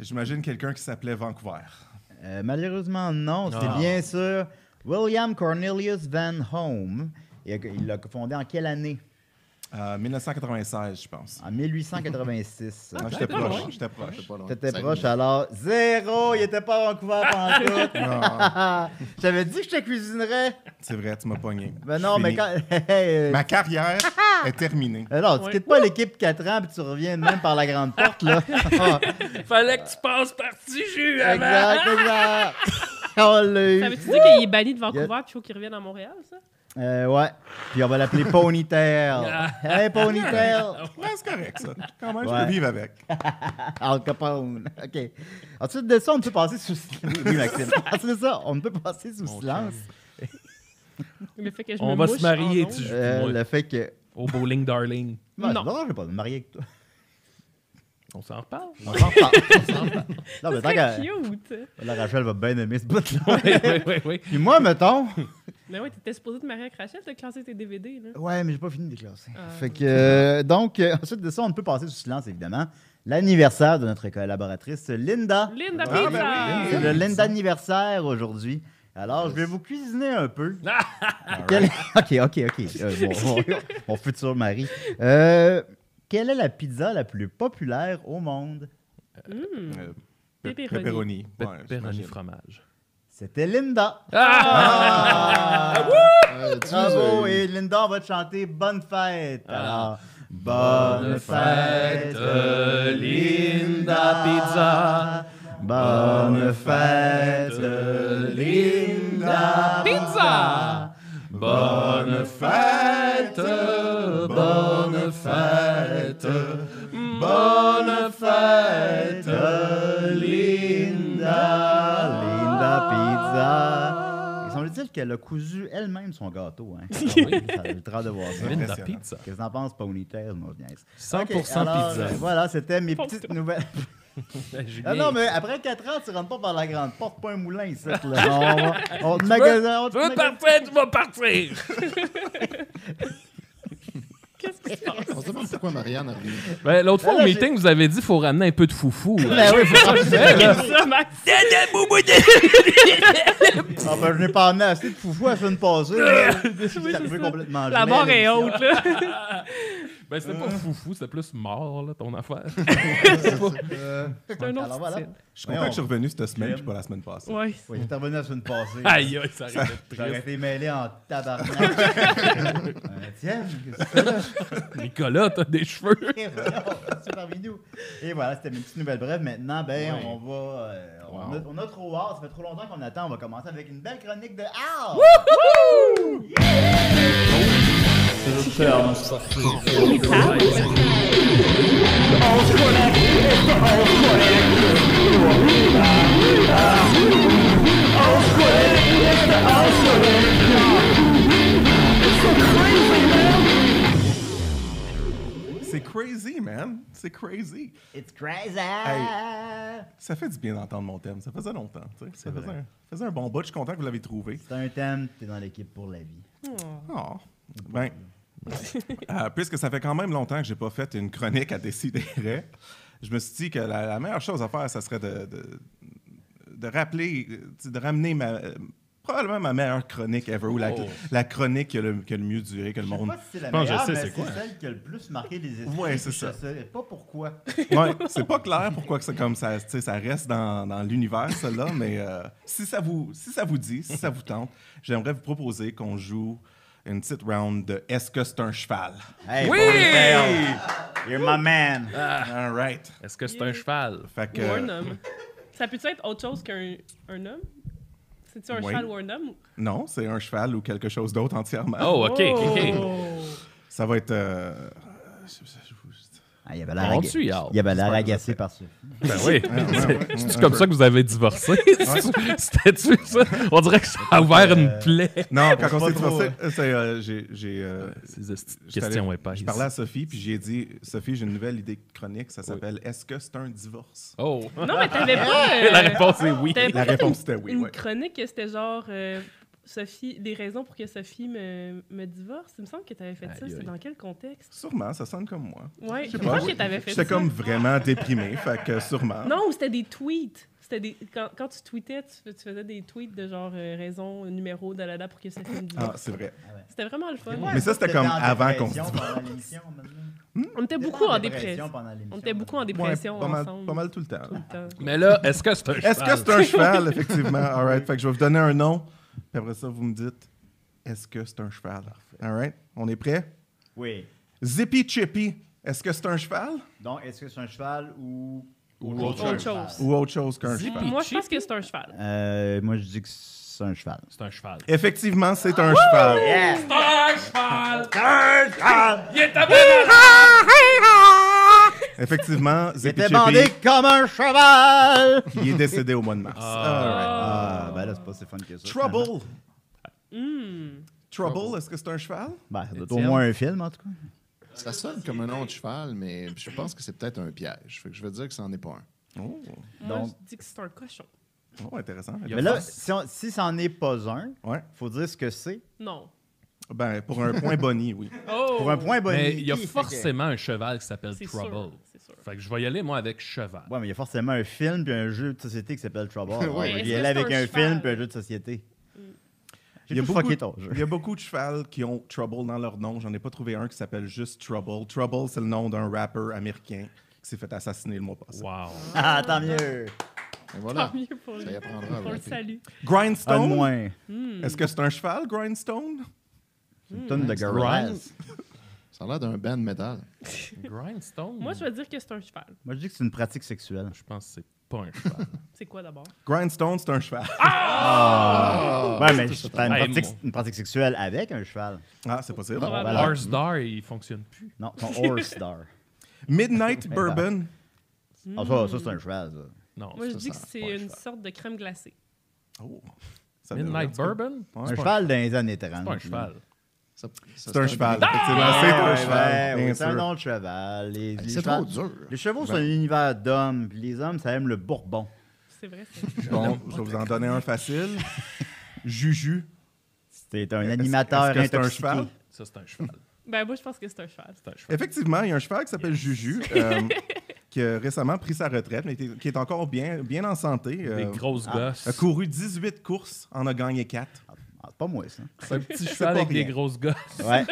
E: J'imagine quelqu'un qui s'appelait Vancouver.
B: Euh, malheureusement, non.
D: Ah.
B: C'est bien sûr William Cornelius Van Home. Et Il l'a fondé en quelle année?
E: Euh, 1996, je pense.
D: [LAUGHS]
B: En 1886.
E: Ah, J'étais
D: pas
E: proche.
D: loin.
E: J'étais proche.
F: C'est pas loin.
B: T'étais
F: Ça
B: proche hein?
F: nous-
B: alors. Zéro, il était pas à Vancouver pendant tout.
E: Non,
B: [LAUGHS] J'avais dit que je te cuisinerais.
E: c'est vrai, tu m'as pogné.
B: Ben non, mais
E: Fini.
B: quand. [LAUGHS] Euh,
E: Ma carrière est terminée.
B: non, tu
C: Ouais.
B: quittes pas l'équipe 4 ans puis tu reviens de même par la grande porte, là.
D: Fallait que tu passes par Tiju avant!
B: exact, exact. On l'a eu.
C: T'avais-tu dit qu'il est banni de Vancouver puis il faut qu'il revienne à Montréal, ça?
B: Euh, ouais. Puis on va l'appeler Ponytail. hey, Ponytail.
E: [LAUGHS] Ouais, c'est correct, ça. Quand même, je
B: Ouais.
E: peux vivre avec.
B: Al Capone. OK. Ensuite de ça, on peut passer sous silence. Oui, Maxime. [LAUGHS] Ensuite de ça, on peut passer sous silence
C: Le fait que je
D: On
C: me
D: va
C: mouche
D: se marier,
C: en ondes.
D: tu joues.
B: euh,
D: Ouais.
B: le fait que.
D: Au bowling, darling.
B: Non,
C: Non.
B: non je vais pas me marier avec toi.
D: On s'en [LAUGHS] reparle.
B: On s'en [LAUGHS] parle. On s'en parle. Non, mais
C: C'est
B: tant qu'à.
C: cute!
B: La Rachel va bien aimer ce bout-là.
D: oui, oui, oui.
B: Puis moi, mettons.
C: Mais ouais, t'étais supposé te marier avec Rachel, t'as classé tes DVD, là.
B: Ouais, mais j'ai pas fini de les classer.
C: Ah.
B: Fait que. euh, donc, euh, ensuite de ça, on peut passer sous silence, évidemment. L'anniversaire de notre collaboratrice Linda.
C: Linda
F: Ah, ben
C: Pizza!
F: oui,
B: C'est le Linda anniversaire aujourd'hui. Alors, je vais vous cuisiner un peu. [LAUGHS] Quelle- [LAUGHS] Ok, ok, ok. Euh, mon, mon- mon futur mari. Euh, quelle est la pizza la plus populaire au monde?
C: Mm.
E: Euh, pe-
C: Pepperoni.
E: Pepperoni. Ouais,
D: Pepperoni
E: j'imagine.
D: fromage.
B: C'était Linda. Ah!
F: Euh, tu nous
B: Bravo! Ah.
F: as eu.
B: Et Linda, on va te chanter Bonne fête. Alors, bonne fête, Linda Pizza. Bonne fête, Linda
D: Pizza!
E: Bonne fête, bonne fête, bonne fête,
B: Linda, Linda Pizza. Il semble-t-il qu'elle a cousu elle-même son gâteau. Hein? Ah oui, ça a eu le temps de voir ça.
D: Linda
E: impressionnant.
D: Pizza.
B: Qu'est-ce que t'en penses, Ponytail, mon niaise?
D: 100%
B: Ok, alors,
D: pizza.
B: euh, voilà, c'était mes
C: Pour
B: petites
C: toi.
B: nouvelles.
D: Hey, Julien,
B: Ah non, mais après 4 ans, tu rentres pas par la grande porte, pas un moulin ici. Là. On, va- on te magasin. on te
D: Tu veux
B: maga-
D: partir, tu vas partir!
C: Qu'est-ce qui se passe?
F: On se demande pourquoi Marianne a revenu.
D: Ben, L'autre fois,
B: Ah, Là,
D: au
B: j'ai-
D: meeting, vous avez dit qu'il faut ramener un peu de foufou.
B: [LAUGHS] Ben oui, faut pas-
C: ça, Max?
B: Ah ben, je n'ai pas amené assez de foufou à la semaine passée. là. Je suis
C: Oui, c'est
B: arrivé
C: ça.
B: complètement
C: La
B: gelé,
C: barre
B: là.
C: est haute, là.
D: Ben, c'était pas foufou, c'était plus mort, là, ton affaire.
B: [LAUGHS]
C: C'est un autre
B: Alors voilà.
C: style.
E: Je suis content que je suis revenu cette semaine, puis pas la semaine passée.
C: Ouais.
B: Oui, il est revenu la semaine passée.
D: Aïe, aïe, ça arrive d'être
B: J'aurais
D: triste.
B: été mêlé en tabarnak.
D: [LAUGHS]
B: Euh, Tiens, qu'est-ce que c'est là?
D: Nicolas, t'as des cheveux.
B: Et voilà, c'est parmi nous. Et voilà, c'était une petite nouvelle brève. Maintenant, ben,
D: Ouais.
B: on va. euh, on, a, on a trop hâte. Ça fait trop longtemps qu'on attend. On va commencer avec une belle chronique de Al.
E: C'est crazy, man. C'est crazy.
B: It's crazy.
E: Ça fait du bien d'entendre mon thème. Ça faisait longtemps. tu sais. Ça faisait un, faisait un bon bout. Je suis content que vous l'avez trouvé.
B: C'est un thème. T'es dans l'équipe pour la vie. Ah.
E: Oh. Ben, euh, puisque ça fait quand même longtemps que j'ai pas fait une chronique à décider, je me suis dit que la, la meilleure chose à faire, ça serait de, de, de rappeler, euh, tu sais, de ramener ma, euh, probablement ma meilleure chronique ever, ou la,
D: Oh.
E: la chronique qui a, le, qui a le mieux duré, que le
B: Je sais
E: monde.
B: pas si c'est la
D: Je pense que je
B: meilleure,
D: sais
B: mais
D: c'est
B: c'est
D: quoi.
B: celle qui a le plus marqué les esprits.
E: Ouais, c'est
B: Je
E: ça.
B: sais pas pourquoi.
E: [LAUGHS] Ouais, c'est pas clair pourquoi que c'est comme ça, tu sais, ça reste dans, dans l'univers, cela, mais euh, si, ça vous, si ça vous dit, si ça vous tente, j'aimerais vous proposer qu'on joue une petite round de Est-ce que c'est un cheval?
B: Hey,
D: Oui!
B: bon, Al, You're my man.
D: Euh, Ah.
E: All right.
D: Est-ce que c'est un cheval?
E: Fait que,
C: Ou un homme. Ça peut-tu être autre chose qu'un un homme? C'est-tu un
E: Oui.
C: cheval ou un homme?
E: Non, c'est un cheval ou quelque chose d'autre entièrement.
D: Oh, ok, ok, ok.
E: Ça va être. euh, je- je- je-
B: Ah, il y avait l'air
D: On
B: aga-
D: tue, Al.
B: il y avait l'air agacé par ça.
D: Ben oui.
B: Ah,
E: ouais,
D: [LAUGHS] C'est comme ça que vous avez divorcé. [LAUGHS] C'était-tu ça? On dirait que ça a ouvert une plaie.
E: Non, quand
B: pas
E: on s'est
B: trop,
E: divorcé, euh, c'est, euh, j'ai. j'ai, euh,
D: Ces esti-
E: j'étais allé-
D: questions épaisses.
E: Je parlais à Sophie, puis j'ai dit Sophie, j'ai une nouvelle idée de chronique, ça s'appelle Est-ce que c'est un divorce
D: [LAUGHS] Oh.
C: Non, mais t'avais pas. euh,
D: La réponse est oui.
C: t'avais pas
E: La
C: fait
E: réponse
C: une-
E: était oui.
C: Une
E: ouais.
C: chronique que c'était genre. euh, Sophie, des raisons pour que Sophie me, me divorce. Il me semble que t'avais fait ça.
D: Aïe,
C: C'est
D: aïe.
C: dans quel contexte?
E: Sûrement, ça sonne comme moi.
C: Ouais,
E: Je
C: je
E: sais pas,
C: pense que
E: oui.
C: t'avais fait ça.
E: J'étais comme vraiment déprimé, fait que sûrement.
C: Non, ou c'était des tweets. C'était des... Quand, quand tu tweetais, tu, fais- tu faisais des tweets de genre euh, raison, numéro, dalada pour que Sophie me
E: Ah,
C: divorce.
E: c'est vrai.
C: C'était vraiment le fun.
E: Mais ça, c'était comme
B: en
E: avant qu'on se
B: dépression
E: divorce.
B: pendant l'émission, maintenant.
C: On était
B: T'étais
C: beaucoup en
B: dépression
C: dépression.
B: pendant l'émission.
C: On était beaucoup en
E: Ouais,
C: dépression
E: pas, mal,
C: ensemble.
E: pas mal tout le temps.
C: Tout le temps.
D: Mais là, est-ce que c'est un cheval?
E: Est-ce que c'est un cheval, effectivement? All right. Fait que je vais vous donner un nom. Puis après ça, vous me dites, est-ce que c'est un cheval? All right. On est prêt?
B: Oui.
E: Zippy Chippy, est-ce que c'est un cheval?
B: Donc, est-ce que c'est un cheval ou.
E: Ou
C: autre autre chose. chose.
E: Ou autre chose qu'un cheval?
C: Moi, je pense que c'est un cheval.
B: Euh, moi, je dis que c'est un cheval.
D: C'est un cheval.
E: Effectivement, c'est un cheval. Effectivement, Zippy
B: C'était
E: Chippy,
B: bandé comme un cheval!
C: Oh.
E: il est décédé au mois de mars. All right.
B: Ah, ben là, c'est pas si fun que ça. finalement.
E: Trouble.
C: Hmm.
E: Trouble, est-ce que c'est un cheval?
B: Ben, ça doit être au
D: Étienne.
B: moins un film, en tout cas.
F: Ça sonne comme un nom de cheval, mais je pense que c'est peut-être un piège. Fait que je vais dire que c'en est pas un.
E: Oh,
C: Moi,
B: Donc-
C: je dis que c'est un cochon.
E: oh, intéressant.
D: Il y a
B: Mais là,
D: pas-
B: si, on- si c'en est pas un,
E: Ouais.
B: faut dire ce que c'est.
C: Non.
E: Ben, pour un point
B: [LAUGHS]
E: Bonnie, oui.
C: Oh!
B: Pour un point bonus.
D: Mais il y a
B: Fait que-
D: forcément un cheval qui s'appelle
C: C'est
D: Trouble.
C: sûr. C'est sûr.
D: Fait que je vais y aller, moi, avec cheval.
B: Ouais, mais il y a forcément un film puis un jeu de société qui s'appelle Trouble.
F: Ouais.
B: On va
C: Est-ce
B: y
C: que
B: aller
C: c'est
B: avec
C: un
B: un film
C: cheval?
B: puis un jeu de société. J'ai
E: Il y a
B: tout
E: Mm. beaucoup
B: fucké
E: de-
B: ton jeu. [LAUGHS]
E: Il y a beaucoup de chevals qui ont Trouble dans leur nom. J'en ai pas trouvé un qui s'appelle juste Trouble. Trouble, c'est le nom d'un rappeur américain qui s'est fait assassiner le mois passé.
D: Wow.
B: Ah, tant mieux!
F: Et voilà.
C: Tant mieux pour lui.
F: Ça y apprendra à
C: Ah On le
F: rapper.
C: salue.
B: Un de
E: Grindstone.
B: moins.
E: Est-ce que c'est un cheval, Grindstone? Mm.
B: Une tonne de
D: Grind.
B: girls.
F: Ça a l'air d'un band metal.
D: Grindstone?
C: Moi, je vais dire que c'est un cheval.
B: Moi, je dis que c'est une pratique sexuelle.
D: je pense que c'est pas un cheval.
C: C'est quoi d'abord?
E: Grindstone, c'est un cheval.
B: Ah! ouais, mais c'est pas une,
D: Hey,
B: pratique,
D: mon-
B: une pratique sexuelle avec un cheval.
E: Ah, c'est possible.
C: Probable.
B: Voilà.
D: Lars Dar, il fonctionne plus.
B: Non, ton horse star.
E: Midnight
B: [LAUGHS] Ben,
E: Bourbon.
B: Ah, ça, ça c'est un cheval, ça.
D: Non.
C: Moi, je
D: ça,
C: dis que
D: ça-
C: c'est
D: pas un
C: une
D: cheval.
C: sorte de crème glacée.
E: Oh. Ça
D: Midnight
E: devrait-
D: Bourbon?
B: Un
E: c'est pas
B: cheval dans les années 30.
D: C'est pas un cheval.
F: Ça- ça,
E: C'est un cheval.
B: Ah,
E: effectivement. C'est un
B: ouais,
E: cheval.
B: ouais,
E: bien
B: c'est un
E: sûr.
B: nom de cheval. Les, les
F: C'est
B: chevals-
F: trop dur.
B: Les chevaux, c'est un univers d'hommes. puis Les hommes, ça aime le bourbon.
C: C'est vrai, c'est
E: Bon, je vais vous en donner un facile.
B: [LAUGHS]
E: Juju.
B: C'est un
E: Est-ce-
B: animateur
E: est-ce que c'est un
B: intoxiqué.
E: cheval?
D: Ça, c'est un cheval.
C: [LAUGHS] Ben, moi, je pense que c'est un cheval.
D: C'est un cheval.
E: Effectivement, il y a un cheval qui
C: [LAUGHS]
E: s'appelle Juju, euh, qui a récemment pris sa retraite, mais qui est- qui est encore bien, bien en santé.
D: Des
E: euh,
D: grosses gosses.
E: a couru 18 courses, en a gagné 4.
B: Ah, pas moi, ça.
D: C'est un
E: [LAUGHS]
D: petit
E: pas
D: cheval avec des
E: rien.
D: grosses gosses.
E: [LAUGHS]
B: Ouais.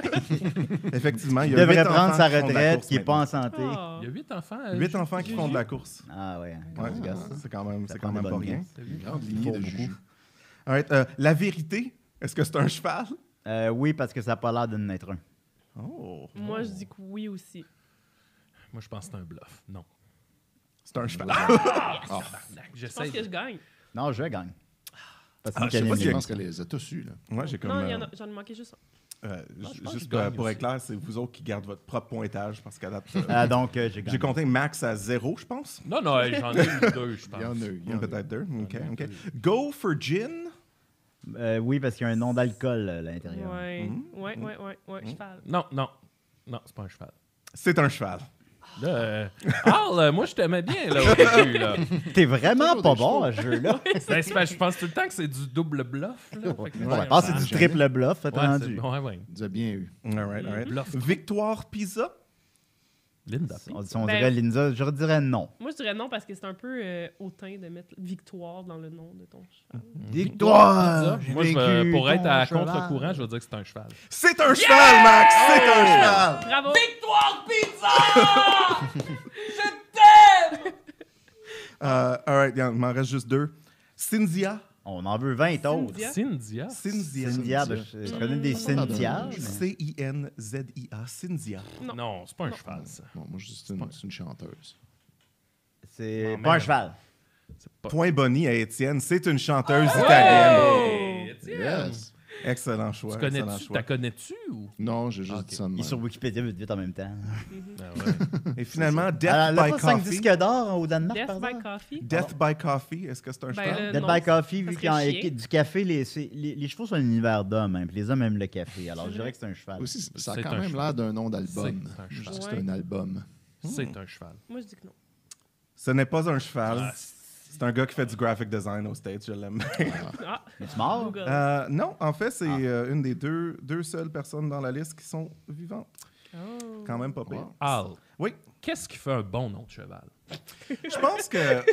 E: Effectivement, il y
B: Il
E: a
B: devrait
E: huit
B: prendre
E: enfants
B: sa
E: qui font de la
B: retraite,
E: course
B: qui n'est pas en
E: maintenant.
B: santé.
C: Ah.
D: Il y a huit enfants. euh,
E: Huit
D: ju-
E: enfants qui font de la course.
B: Ah ouais, hein,
E: Ouais,
B: grosse gosse.
E: c'est quand même,
B: Ça
E: c'est
B: prend des
E: quand même pas
B: bonnes
E: rien.
B: gosses.
F: Une grande lignée de juju.
E: All right, euh, la vérité, est-ce que c'est un cheval?
B: Euh, oui, parce que ça n'a pas l'air d'en être un.
E: Oh,
C: Moi, je dis que oui aussi.
D: Moi, je pense que c'est un bluff. Non.
E: c'est un cheval.
F: Ah,
D: Tabarnak,
C: Je pense
D: J'essaie.
C: que
D: de-
C: je gagne.
B: Non, je gagne. Parce que
E: Ah,
B: c'est
E: je sais pas
B: Canadien.
E: si-
F: Je pense qu'elle les a tous eus, là.
E: [LAUGHS] Moi, j'ai comme.
C: non, il y en
E: euh,
C: a- j'en ai manqué juste un.
D: Ah,
E: euh,
D: je pense
E: juste
D: que je
E: euh,
D: gagne
E: pour
D: aussi.
E: être clair, c'est vous autres qui gardez votre propre pointage parce qu'à
B: [LAUGHS]
E: date, euh,
B: Ah, donc, euh, j'ai gagné.
E: j'ai compté max à zéro, je pense.
D: Non, non, euh, j'en ai eu deux, je
F: Il y en
D: pense.
F: a eu. il y en a eu.
E: Peut-être deux.
D: Ah,
E: Ok, ok. Go for gin.
B: Euh, oui, parce qu'il y a un nom d'alcool euh, à l'intérieur.
C: Ouais. ouais, ouais, ouais, ouais, cheval.
D: Non, non. Non, c'est pas un cheval.
E: C'est un cheval.
D: Là, euh, Al, euh, moi, je t'aimais bien là, au début. Là.
B: T'es vraiment
F: Toujours
B: pas
F: des
B: bon à ce jeu-là.
D: Ben, c'est parce que je pense tout le temps que c'est du double bluff. Là. Fait que,
B: On
D: ouais,
B: pense
D: ça-
B: que
E: Ah,
B: Ah, c'est du triple bluff, t'as
D: ouais,
B: rendu.
D: c'est- ouais, ouais.
F: Il nous a bien eu.
E: All right, all right.
D: Bluff.
E: Victoire Pizza.
D: Linda.
B: On, on
C: Ben-
B: dirait Linda, je dirais non.
C: Moi, je dirais non parce que c'est un peu euh, hautain de mettre victoire dans le nom de ton cheval.
E: Mm.
B: Victoire!
D: Moi, je vais- pour être à contre-courant, je vais dire que c'est un cheval.
E: C'est un cheval, Max. C'est un cheval.
C: Bravo! [LAUGHS]
E: Euh, all right, il en- il m'en reste juste deux. Cynthia.
B: On en veut 20 autres.
C: Cynthia.
D: Cynthia.
E: Cynthia.
B: Cynthia, ben, je, je connais des Cynthia. mais-
E: C-I-N-Z-I-A. Cynthia.
D: Non, c'est pas un cheval, ça.
F: Bon, moi, je dis que c'est une, c'est une chanteuse.
B: C'est
E: Ah,
D: Non,
B: pas un
D: mais-
B: cheval.
D: C'est pas.
E: Point Bonnie à Étienne. C'est une chanteuse
C: Oh!
E: italienne.
D: Hey, Étienne,
F: Yes.
E: Excellent choix.
D: Ah! Tu
E: excellent
D: connais-tu?
E: choix.
D: T'as connais-tu ou?
F: Non, j'ai juste
D: Ok.
F: dit ça de
B: Il est
F: même.
B: sur Wikipédia vite, vite en même temps.
D: Ah ouais.
E: Et finalement, Death
B: Elle n'a
E: by
B: pas 5
E: Coffee.
B: disques d'or hein, au Danemark, par
C: Death by
B: exemple?
C: Coffee.
E: Death by Coffee, est-ce que c'est un
C: Ben,
E: cheval?
C: le-
B: Dead
C: Non,
B: by
C: ça-
B: Coffee,
C: ça
B: vu qu'il y a
C: serait
B: et-
C: chier.
B: du café, les, c'est- les, les chevaux sont un univers d'hommes. hein, puis les hommes aiment le café. Alors, je dirais que c'est un cheval.
F: Aussi, c- ça a
D: C'est
F: quand
D: un
F: même
D: cheval.
F: l'air d'un nom d'album.
D: C'est un
F: Je dis que
D: cheval.
F: c'est un album.
D: C'est un cheval.
C: Moi, je dis que non.
E: Ce n'est pas un cheval.
D: Ah,
E: C'est un gars qui fait du graphic design au States, je l'aime.
C: Ah,
B: Mais tu mords?
C: Google.
E: Euh, non, en fait, c'est euh, une des deux, deux seules personnes dans la liste qui sont vivantes.
C: Oh.
E: Quand même pas pire.
D: Al,
E: Oui,
D: qu'est-ce qui fait un bon nom de cheval?
E: je pense que,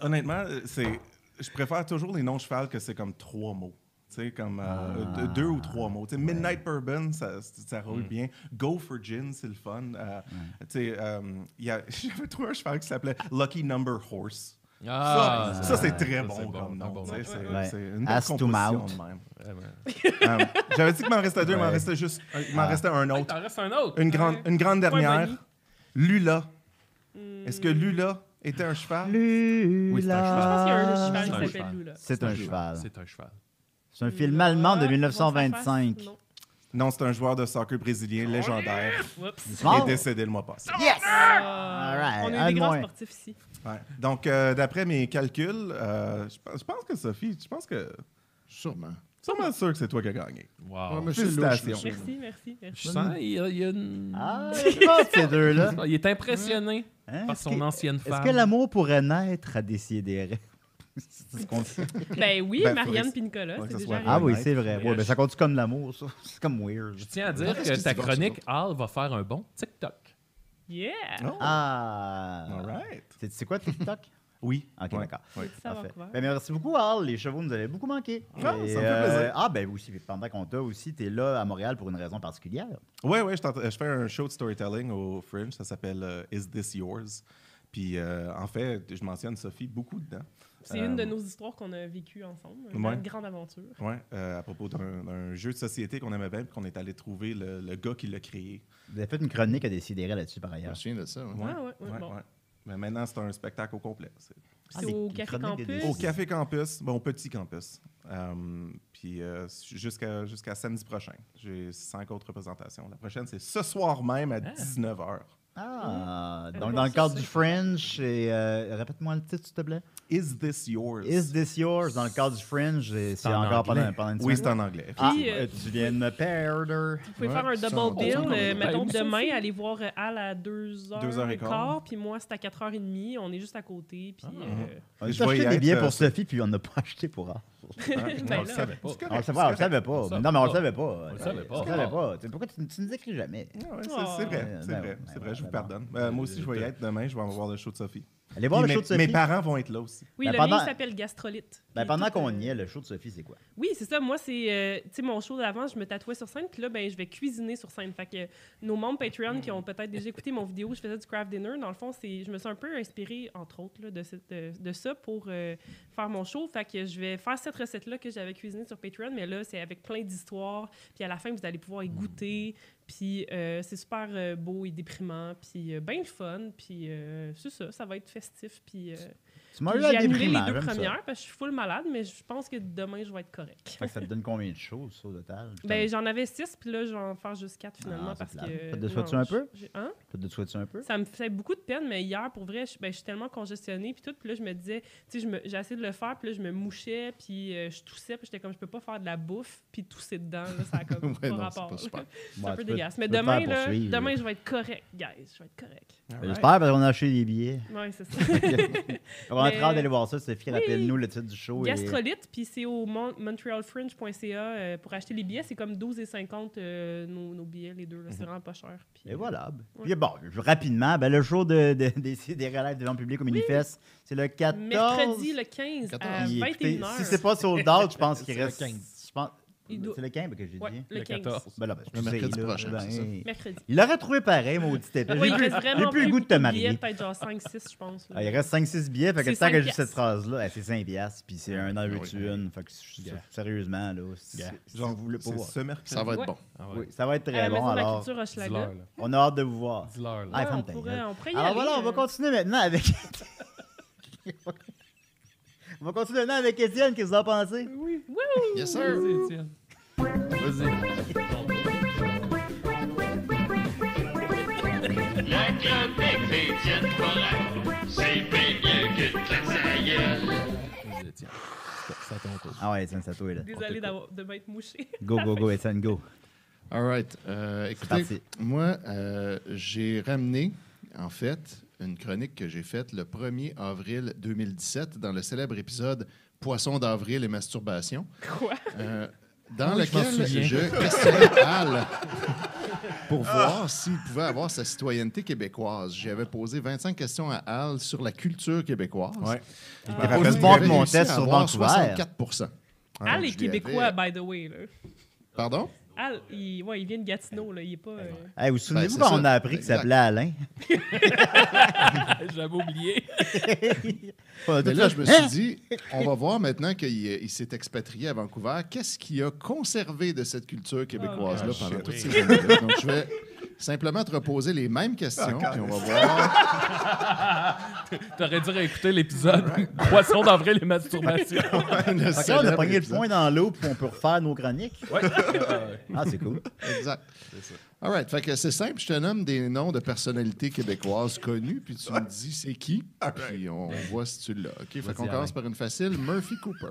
E: honnêtement, euh, c'est, je préfère toujours les noms de cheval que c'est comme trois mots. Tu sais, comme euh, deux- deux ou trois mots. Tu sais, Midnight Bourbon, ça, ça roule bien. Go for Gin, c'est le fun. Euh, Tu sais, euh, il y a- [LAUGHS] j'avais trouvé un cheval qui s'appelait Lucky Number Horse.
D: Ah,
E: ça, Ah. ça, c'est très bon, comme nom. tu sais,
D: Ouais,
E: c'est-
B: ouais, ouais.
E: C'est une belle
B: Ass to
E: composition
B: mouth.
E: de même.
D: vraiment.
E: Euh, J'avais dit qu'il m'en restait deux, il m'en
B: Ouais. Ah.
E: restait juste un- il m'en restait un
D: Hey,
E: autre.
D: T'en restes un autre.
E: Une grande, une grande dernière.
C: Bonnie.
E: Lula. Est-ce que Lula était un cheval?
D: Oui, c'est un cheval.
C: Je pense qu'il y a un cheval
D: c'est un
E: Ah,
C: qui
D: cheval.
C: s'appelle Lula.
B: C'est un cheval.
D: C'est un cheval.
B: C'est un film allemand de
C: Lula,
B: 1925.
C: Bonne
E: Non, c'est un joueur de soccer brésilien légendaire
C: face, non. Oups.
B: Tu
E: qui est
B: mords?
E: décédé le mois passé.
B: Yes!
C: Ah,
B: right,
C: On
B: un
C: est
B: de
C: des grands
B: moins.
C: sportifs ici.
E: Ouais. Donc, euh, d'après mes calculs, euh, je pense- je pense que Sophie, je pense que.
F: Sûrement.
E: Sûrement sûr que c'est toi qui as gagné.
C: Ah,
D: Wow.
F: Ouais, mais c'est louche,
E: Félicitations.
C: Merci,
F: monsieur.
C: merci,
E: [LAUGHS]
C: merci.
D: Je sens, il y a, il y a une-
B: Ah, je pense ces deux-là.
C: [LAUGHS]
D: Il est impressionné
B: Hein,
D: par
B: Ah. est-ce
D: son
B: que-
D: ancienne
B: Est-ce
D: femme.
B: que l'amour pourrait naître à décider? [LAUGHS] C'est ce qu'on dit.
C: Ben oui,
E: Ben,
C: Marianne
E: faudrait-
C: puis Nicolas,
E: faudrait que
C: c'est
E: ça
C: déjà
E: soit
C: arrivé.
B: Ah oui,
E: naître.
B: c'est vrai.
D: Mais
B: Ouais,
D: je-
B: ben, ça compte comme l'amour, ça. C'est comme weird.
D: Je tiens à dire
F: Est-ce que
D: que ta
F: c'est bon,
D: chronique,
F: ça,
D: Al, va faire un bon TikTok.
C: Yeah!
E: Oh.
B: Ah!
E: All right.
B: C'est c'est quoi TikTok?
E: Oui.
B: Ok,
E: Ouais.
B: d'accord.
E: Ouais.
C: Ça va
B: Parfait.
C: couvert.
B: Ben, merci beaucoup, Al. Les chevaux nous avaient beaucoup manqué.
E: Ah, ça me
B: Et,
E: fait plaisir.
B: ah, ben aussi, puis pendant qu'on t'a aussi, t'es là à Montréal pour une raison particulière.
E: Ouais, ouais, je, t'entends- je fais un show de storytelling au Fringe, ça s'appelle euh, Is This Yours? Puis euh, en fait, je mentionne Sophie beaucoup dedans.
C: C'est
E: Euh,
C: une de nos histoires qu'on a vécues ensemble. Une
E: Ouais.
C: grande aventure.
E: Ouais, euh, à propos d'un d'un jeu de société qu'on aimait bien, puis qu'on est allé trouver le, le gars qui l'a créé.
B: Vous avez fait une chronique à décider là-dessus par
F: Je me
B: ailleurs.
F: souviens de ça. ouais.
C: Ah ouais, ouais, bon.
E: Mais maintenant, c'est un spectacle au complet. C'est-
B: Ah,
C: C'est
B: les-
C: au
B: les
C: Café
B: chroniques des
C: Campus.
E: Au Café Campus, bon, au petit campus. Euh, puis euh, jusqu'à jusqu'à samedi prochain. J'ai cinq autres représentations. La prochaine, c'est ce soir même à 19h.
B: Ah,
C: Mmh.
B: donc
C: Ouais,
B: dans le
C: c'est
B: cadre
C: ça.
B: du Fringe, et euh, répète-moi le titre, s'il te plaît.
E: Is This Yours?
B: Is This Yours? Dans le cadre du Fringe, et c'est
D: en
B: encore pendant,
D: anglais.
B: pendant une
E: Oui, c'est
B: semaine.
E: en anglais.
B: Ah,
C: Puis, euh,
B: euh, tu viens de me perdre.
C: Vous pouvez
E: Ouais,
C: faire un
F: ça,
C: double
F: on-
C: deal.
F: on-
C: euh,
F: on-
C: mettons
D: on-
C: demain, aller voir euh, Al à 2h15.
E: Ben, Deux heures et quart.
C: Puis moi, c'est à 4h30. On est juste à côté. Puis,
F: Mhm.
D: [LAUGHS]
C: euh,
B: On a
E: Je
B: juste acheté
E: vais
B: des
E: y être,
B: billets
E: euh,
B: pour Sophie, puis on n'a pas acheté pour
C: [LAUGHS]
B: elle.
C: ben
D: on le
C: là.
D: savait pas.
B: On
E: C'est
B: le
E: correct,
B: savait, on le savait pas.
D: On le
B: Mais non, mais on le savait
D: savait
B: pas. On
D: le savait pas.
B: On le savait pas. Tu sais, Pourquoi tu tu nous écris jamais?
E: Ouais, c'est
C: Oh.
E: c'est vrai,
B: Ouais,
E: c'est
B: ben
E: vrai,
B: ouais,
E: c'est
B: ben
E: vrai,
B: ouais,
E: je vous
B: ben
E: pardonne. Euh, moi aussi, je vais y être demain, je vais en voir le show de Sophie.
B: Allez voir
E: Puis
B: le
E: mes-
B: show de Sophie.
E: Mes parents vont être là aussi.
C: Oui,
B: Ben,
C: le
B: pendant-
C: livre s'appelle Gastrolite.
B: Ben,
C: Il est
B: pendant
C: tout,
B: qu'on
C: euh,
B: y est, le show de Sophie, c'est quoi?
C: Oui, c'est ça. Moi, c'est euh, tu sais, mon show d'avant, je me tatouais sur scène, puis là, ben, je vais cuisiner sur scène. Fait que euh, nos membres Patreon qui ont peut-être déjà écouté mon vidéo où je faisais du craft dinner, dans le fond, c'est, je me suis un peu inspirée, entre autres, là, de, cette, euh, de ça pour euh, faire mon show. Fait que je vais faire cette recette-là que j'avais cuisinée sur Patreon, mais là, c'est avec plein d'histoires. Puis à la fin, vous allez pouvoir y goûter. Puis euh, c'est super euh, beau et déprimant, puis euh, ben le fun. Puis euh, c'est ça, ça va être festif. Puis, euh,
B: Tu m'as
C: puis
B: eu
C: j'ai
B: à
C: annulé les
B: déprimant,
C: deux
B: j'aime ça.
C: premières parce que je suis full malade, mais je pense que demain, je vais être correct.
B: Fait que ça te donne combien de choses, ça, au total?
C: Ben, j'en avais six, puis là, je vais en faire juste quatre finalement.
B: Ah, c'est
C: parce
B: plate.
C: que.
B: Ça te déçoit-tu
C: non,
B: un
C: je-
B: peu?
C: j'ai- hein?
B: Peut-être de te souhaiter ça un peu?
C: Ça me fait beaucoup de peine, mais hier, pour vrai, je, ben, je suis tellement congestionnée, puis tout. Puis là, je me disais, tu sais, je me- j'ai essayé de le faire, puis là, je me mouchais, puis euh, je toussais, puis j'étais comme, je peux pas faire de la bouffe, puis tousser dedans. Là, ça
B: [LAUGHS]
C: a comme
F: [LAUGHS] Ouais,
C: pas
F: non, c'est
C: rapport. [LAUGHS]
F: pas super.
C: C'est
B: Ouais,
C: un peu
B: tu peux-
C: dégueulasse.
B: tu
C: Mais
B: peux te
C: demain,
B: faire
C: là,
B: poursuivre.
C: demain, je vais être correct, guys. Je vais être correct.
B: Ben, J'espère, parce qu'on a acheté des billets.
C: Ouais, c'est ça.
B: [LAUGHS] On va
C: Mais-
B: être hâte d'aller voir ça. Sophie, rappelle-nous le titre du show. et-
C: Gastrolite, puis c'est au mon- montrealfringe.ca euh, pour acheter les billets. C'est comme 12,50 euh, nos, nos billets, les deux. là.
B: Mhm.
C: C'est vraiment pas cher. puis,
B: Et
C: euh,
B: voilà.
C: Ouais.
B: Puis bon, je- rapidement, ben, le show de, de- des, des relèves devant le public au Minifest, c'est le 14.
C: Mercredi le 15 à
B: Puis, écoutez,
C: 21h.
B: Si c'est pas sold out, je pense qu'il
H: C'est le
B: reste.
H: 15.
B: Je pense...
C: Il doit-
B: C'est le 15 que j'ai
C: Ouais,
B: dit.
C: le
D: Le
C: 15.
D: 14.
B: Ben là, ben,
F: Le
B: excusez,
F: mercredi
B: là,
F: prochain,
B: ben,
F: c'est ça.
C: Mercredi.
B: Il aurait trouvé pareil, maudit épée.
C: Ouais,
B: [LAUGHS] J'ai
C: il
B: plus,
C: reste vraiment
B: j'ai plus le goût de te
C: beaucoup
B: marier.
C: billets, Peut-être genre 5, 6, je pense. là.
B: Ah, il reste 5-6 billets, fait que
C: C'est
B: le temps que
C: cinq
B: j'ai
C: piastres.
B: cette phrase-là, elle, c'est 5 piastres, puis c'est un enjeu
F: oui.
B: de une. Fait que je-
D: Yeah.
B: sérieusement, là, si,
D: Yeah.
B: si vous voulez pas
E: c'est
B: voir.
E: ce mercredi.
F: Ça va être
C: Ouais.
F: bon.
D: Ah ouais.
B: Oui, ça va être
C: à la
B: très
C: Maison
B: bon,
C: de la
B: alors
C: Culture Hochelaga.
D: Dis-leur, là.
B: on a hâte de vous voir.
D: Dis-leur, là.
B: Ah,
C: Ouais,
B: ferme
C: on,
B: ta
C: pourrait,
B: gueule.
C: on pourrait y
B: Alors
C: aller.
B: voilà, on va
C: euh,
B: continuer maintenant avec. [LAUGHS] on va continuer maintenant avec Étienne, qu'est-ce que vous en pensez?
C: Oui, oui,
B: [LAUGHS]
F: Yes, sir.
D: Vas-y, Étienne. Vas-y.
A: La chronique d'Étienne Forêt, c'est bien mieux que de la saïeule.
D: Vas-y, Étienne. C'est c'est à ton tour.
B: Ah ouais, Étienne, c'est à toi, là.
C: désolé d'avoir- de m'être mouché.
B: Go, go, go, Étienne, go.
F: All right. Euh,
B: parti.
F: écoutez, moi, euh, j'ai ramené, en fait, une chronique que j'ai faite le 1er avril 2017 dans le célèbre épisode Poisson d'avril et masturbation.
C: [LAUGHS] Quoi?
F: Euh, dans
D: Oui, je m'en
F: lequel je,
D: souviens.
F: questionnais Al pour voir s'il pouvait avoir sa citoyenneté québécoise. J'avais posé 25 questions à Al sur la culture québécoise.
E: Ouais.
F: Je me
B: Il
F: rappelle
B: faut
F: qu'il
B: bon
F: avait
B: que mon
F: réussi
B: test
F: à
B: sur
F: avoir
B: Vancouver.
F: 64
C: Al est
F: je lui avais-
C: québécois, by the way. Là.
F: Pardon?
C: Al, il, ouais, il vient de Gatineau. Là. Il est pas. euh,
B: Hey, vous vous souvenez-vous
F: Ben, c'est
B: quand on
F: ça.
B: a appris qu'il
F: Exact.
B: s'appelait Alain?
D: J'avais oublié.
B: On a tout
F: Mais Ah, là,
B: fait,
F: je me
B: Hein?
F: suis dit, on va voir maintenant qu'il euh, il s'est expatrié à Vancouver, qu'est-ce qu'il a conservé de cette culture québécoise-là
D: Oh,
F: pendant
D: shit.
F: toutes ces années Donc, je vais simplement te reposer les mêmes questions, puis on va
B: [LAUGHS]
F: voir.
D: T'aurais dû réécouter l'épisode [LAUGHS] Poisson d'avril et [LAUGHS] masturbation.
F: le
B: Fait que là, on a
F: célèbre
B: pogné le
F: épisode.
B: point dans l'eau, puis on peut refaire nos chroniques.
D: Ouais. Euh,
B: Ah, c'est cool.
F: Exact. All right, fait que c'est simple, je te nomme des noms de personnalités québécoises connues, puis tu me dis c'est qui, puis on voit si tu l'as. OK, fait qu'on
D: Alain.
F: commence par une facile, Murphy Cooper. [LAUGHS]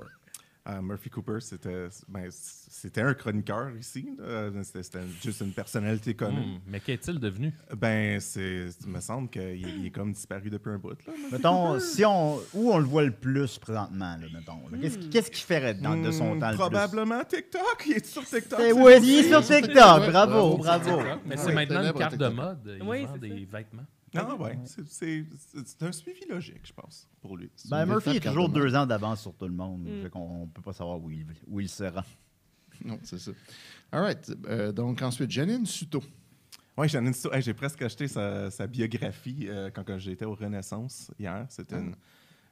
E: Euh, Murphy Cooper, c'était ben, c'était un chroniqueur ici. là. C'était c'était juste une personnalité connue.
D: hmm, mais qu'est-il devenu?
F: Hmm.
E: Ben, c'est, il me semble qu'il est- il est comme disparu depuis un bout. Là,
B: Mettons, si on, où on le voit le plus présentement, là, mettons. là? Qu'est-ce qui- qu'est-ce qu'il ferait dedans de son
E: Hmm,
B: temps le plus?
E: Probablement TikTok. Il est sur TikTok.
B: C'est
E: c'est
B: oui,
E: possible.
B: il est sur
F: C'est-
B: TikTok.
F: Ouais,
B: Bravo,
F: bravo.
B: bravo.
D: Mais
F: Ah
D: c'est
F: oui,
D: maintenant une
F: célèbre
D: carte de
F: TikTok.
D: mode. Il
C: Oui,
D: vend
C: c'est
D: des
C: ça.
D: vêtements.
E: Ah ouais, c'est- c'est c'est un suivi logique, je pense, pour lui.
B: Ben,
F: une
B: Murphy est
F: véritable
B: toujours
F: carte de
B: deux ans d'avance sur tout le monde.
C: Mm.
B: Fait qu'on on peut pas savoir où il, où il se rend.
F: Non, c'est ça. All right, euh, donc ensuite, Janine Suto.
E: Oui, j'en ai une sou- hey, j'ai presque acheté sa, sa biographie euh, quand, quand j'étais au Renaissance hier. C'était une,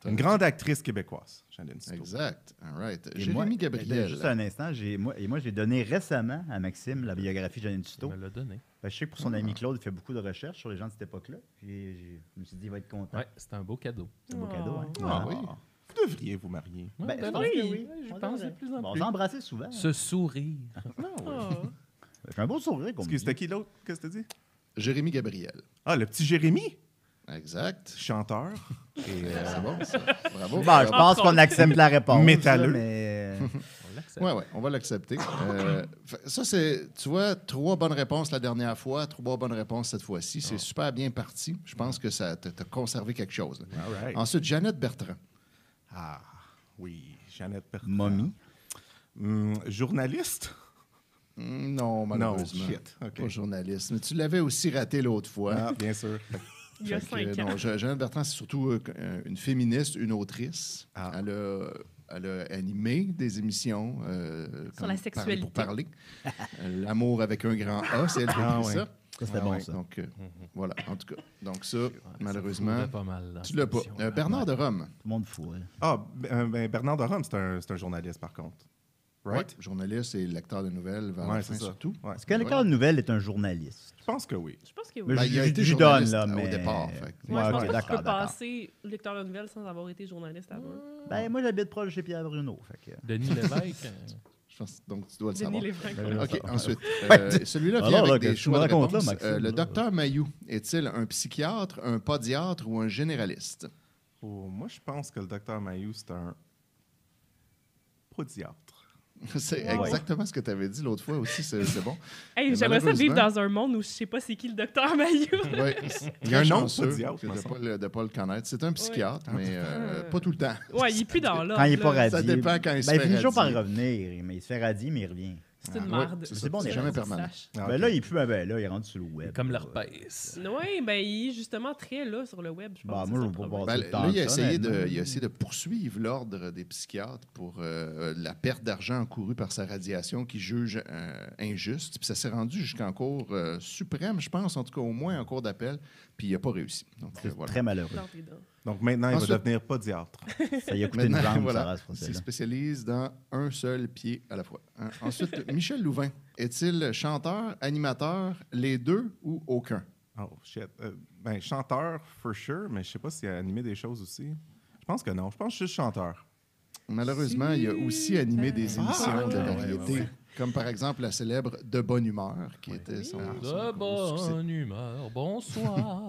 F: Ah.
E: une grande actrice québécoise, Janine Souto.
F: Exact. All right.
B: Et moi-
F: Jérémy
B: euh,
F: Gabriel.
B: Juste un instant, j'ai, moi, et moi j'ai donné récemment à Maxime la biographie de Janine
D: Il
B: Tuto.
D: me l'a donné.
B: Fait que je sais que pour son ami Claude, il fait beaucoup de recherches sur les gens de cette époque-là. Puis j'ai- je me suis dit, il va être content.
D: Ouais, c'est un beau cadeau.
B: C'est un beau cadeau. hein.
F: Ah, oui.
E: Vous devriez vous marier.
D: Ouais,
B: Ben, je
D: ben
B: pense que oui.
D: Je
B: On
D: pense de
B: devrait.
D: plus en
B: Bon, on
D: plus.
B: s'embrassait souvent. hein.
D: Ce sourire.
C: Oh.
B: J'ai un beau sourire qu'on me
E: Excuse,
B: dit.
E: c'était qui l'autre Qu'est-ce que t'as dit
F: Jérémy Gabriel.
E: Ah, le petit Jérémy,
F: Exact.
E: chanteur. Et, euh, Ben,
F: C'est bon, ça. Bravo.
B: Bon, Bah, je pense
C: Encore.
B: qu'on accepte la réponse.
E: Métalleux.
B: là, Mais... euh,
D: On l'accepte.
F: Oui, ouais, on va l'accepter. Euh, fa- ça, c'est, tu vois, trois bonnes réponses la dernière fois, trois bonnes réponses cette fois-ci.
E: Ah.
F: C'est super bien parti. Je pense que ça t'a t'a conservé quelque chose. là.
E: all right.
F: Ensuite, Jeannette Bertrand.
E: Ah, oui, Jeannette Bertrand.
B: Mommy.
E: Hum, journaliste
F: Mm, Non, malheureusement.
E: shit, OK.
F: Pas journaliste. Mais tu l'avais aussi raté l'autre fois.
E: Ah, bien sûr.
C: [LAUGHS] il y a
F: Fait que,
C: cinq
F: euh,
C: ans.
F: non, Je- Jeanne Bertrand, c'est surtout euh, qu- euh, une féministe, une autrice.
E: Ah.
F: Elle, a, elle a animé des émissions euh, comme
C: la
F: Parler
C: sexualité.
F: Pour parler. Euh, L'amour avec un grand A, c'est elle qui a
E: Ah
F: écrit
E: ouais.
F: ça.
B: Ça, c'était
F: Ah
B: bon,
F: ouais,
B: ça.
F: Donc, euh, voilà, en tout cas. Donc, ça,
D: Ça
F: malheureusement,
D: pourrait pas mal. dans
F: tu l'as pas.
D: cette
F: Euh,
D: émission. hein.
F: Bernard de Rome,
B: Tout le monde fou. hein.
E: Ah, ben, euh, ben, Bernard de Rome, c'est un, c'est un journaliste, par contre. Right?
F: Ouais, journaliste et lecteur de nouvelles, vers
E: Ouais,
F: la
E: c'est
F: fin
E: ça.
F: surtout.
E: Ouais.
B: Est-ce que le
F: Ouais.
B: cadre nouvelle est un journaliste?
E: Je pense que oui.
C: Je pense que oui.
B: Mais
F: Ben,
B: je-
F: il a
B: je-
F: été
B: je donne,
F: journaliste,
B: là,
F: euh, au
B: mais...
F: départ, fait que-
B: Ouais,
C: Moi, je pense
B: ok,
C: pas que tu peux
B: d'accord, d'accord.
C: passer lecteur de nouvelles sans avoir été journaliste avant.
B: Ben, moi, j'habite proche de chez Pierre Bruno. Fait que...
F: Ah, [LAUGHS]
D: Denis Lévesque. euh,
F: Je pense, donc, tu dois le
C: Denis
F: savoir.
C: Lévesque.
B: Ben,
F: OK,
B: Ouais.
F: ensuite.
B: Ouais.
F: euh,
B: [LAUGHS]
F: Celui-là vient
B: Alors, là,
F: avec
B: qu'est-ce
F: des
B: que tu
F: choix
B: me
F: de
B: racontes, là,
F: réponse.
B: Maxime,
F: Euh,
B: là?
F: le docteur Mayou est-il un psychiatre, un podiatre ou un généraliste? [LAUGHS]
E: Oh, moi, je pense que le docteur Mayou, c'est un podiatre.
F: C'est
B: Wow.
F: exactement ce que tu avais dit l'autre fois aussi, c'est
B: [LAUGHS]
F: c'est bon.
C: Hey,
F: Mais
C: J'aimerais ça vivre
F: malheureusement-
C: dans un monde où je sais pas c'est qui le docteur Mayou.
F: [LAUGHS] Ouais,
E: Il y a un
F: très
E: nom,
F: chanceux
E: podiatre,
F: que
E: me
F: de ne
E: semble.
F: pas, le- de pas le connaître. C'est un psychiatre, mais euh, pas tout le temps.
C: Ouais, il est plus dans l'ordre.
B: Quand il est pas
C: là.
B: radié.
F: dépend quand il se
B: ben,
F: fait
B: finit toujours par
F: radier.
B: revenir. Mais il se fait radier, mais il revient.
C: C'est une
F: Ah, ouais,
C: merde.
F: c'est
B: ça, bon, c'est
F: jamais
C: que tu
F: permanent.
C: saches.
E: Ah,
B: Ben
E: ok.
B: là, il est plus... Ben là, il rentre sur le web.
D: Comme
B: là.
D: l'herpès.
C: Oui, ben il est justement très là sur le web, je
B: Bah,
C: pense.
B: moi,
C: c'est
B: je
C: ça
B: veux
C: le
B: pas
C: problème.
B: passer.
F: Ben,
B: tout le temps
F: là, il a,
B: ça,
F: essayé de,
B: honnêtement.
F: il a essayé de poursuivre l'ordre des psychiatres pour euh, la perte d'argent encourue par sa radiation qu'il juge euh, injuste. Puis ça s'est rendu jusqu'en cour euh, suprême, je pense, en tout cas au moins en cour d'appel, puis il n'a pas réussi. Donc, euh,
B: C'est
F: voilà.
B: très malheureux.
C: Dans tes dents.
E: Donc maintenant, il
F: Ensuite-
E: va devenir podiatre.
B: Ça lui a
F: [LAUGHS]
B: coûté une
F: Maintenant,
B: jambe,
F: voilà,
B: Sarah, ce
F: il se
B: procès-là.
F: spécialise dans un seul pied à la fois. hein. Ensuite, [LAUGHS] Michel Louvain, est-il chanteur, animateur, les deux ou aucun?
E: Oh, shit. Euh, ben, chanteur, for sure, mais je sais pas s'il a animé des choses aussi. Je pense que non. Je pense juste chanteur.
F: Malheureusement, il a aussi animé des
E: Ah,
F: émissions de
E: ouais,
F: variété,
D: ouais, ouais.
F: comme par exemple la célèbre De Bonne Humeur, qui était son, son
D: Ah, De
F: Ah, gros succès.
D: bonne humeur, bonsoir.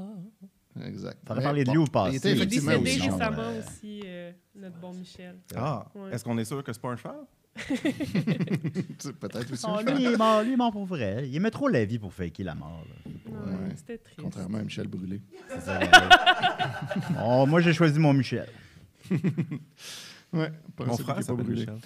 F: Exact.
B: Faudrait
F: Mais
B: parler de lui au passé.
F: Il
B: Il
F: était
B: est
C: Il est
F: effectivement
C: décédé
F: aussi hein, chanteur.
C: récemment aussi, euh, notre bon Michel.
E: Ah,
C: Ouais.
E: est-ce qu'on est sûr que c'est pas un cheval?
F: C'est Peut-être aussi
B: Ah,
F: un
B: lui,
F: cheval.
B: il est mort, lui, il est mort pour vrai. Il aimait trop la vie pour faker la mort. là.
C: Ouais, C'était triste.
F: [LAUGHS] Contrairement à Michel Brûlé.
B: C'est ça, ouais.
F: [LAUGHS]
B: oh, moi, j'ai choisi mon Michel.
F: Ouais, pas
E: Mon
F: celui qui
E: frère
F: est pas
E: s'appelle
F: brûlé.
E: Michel.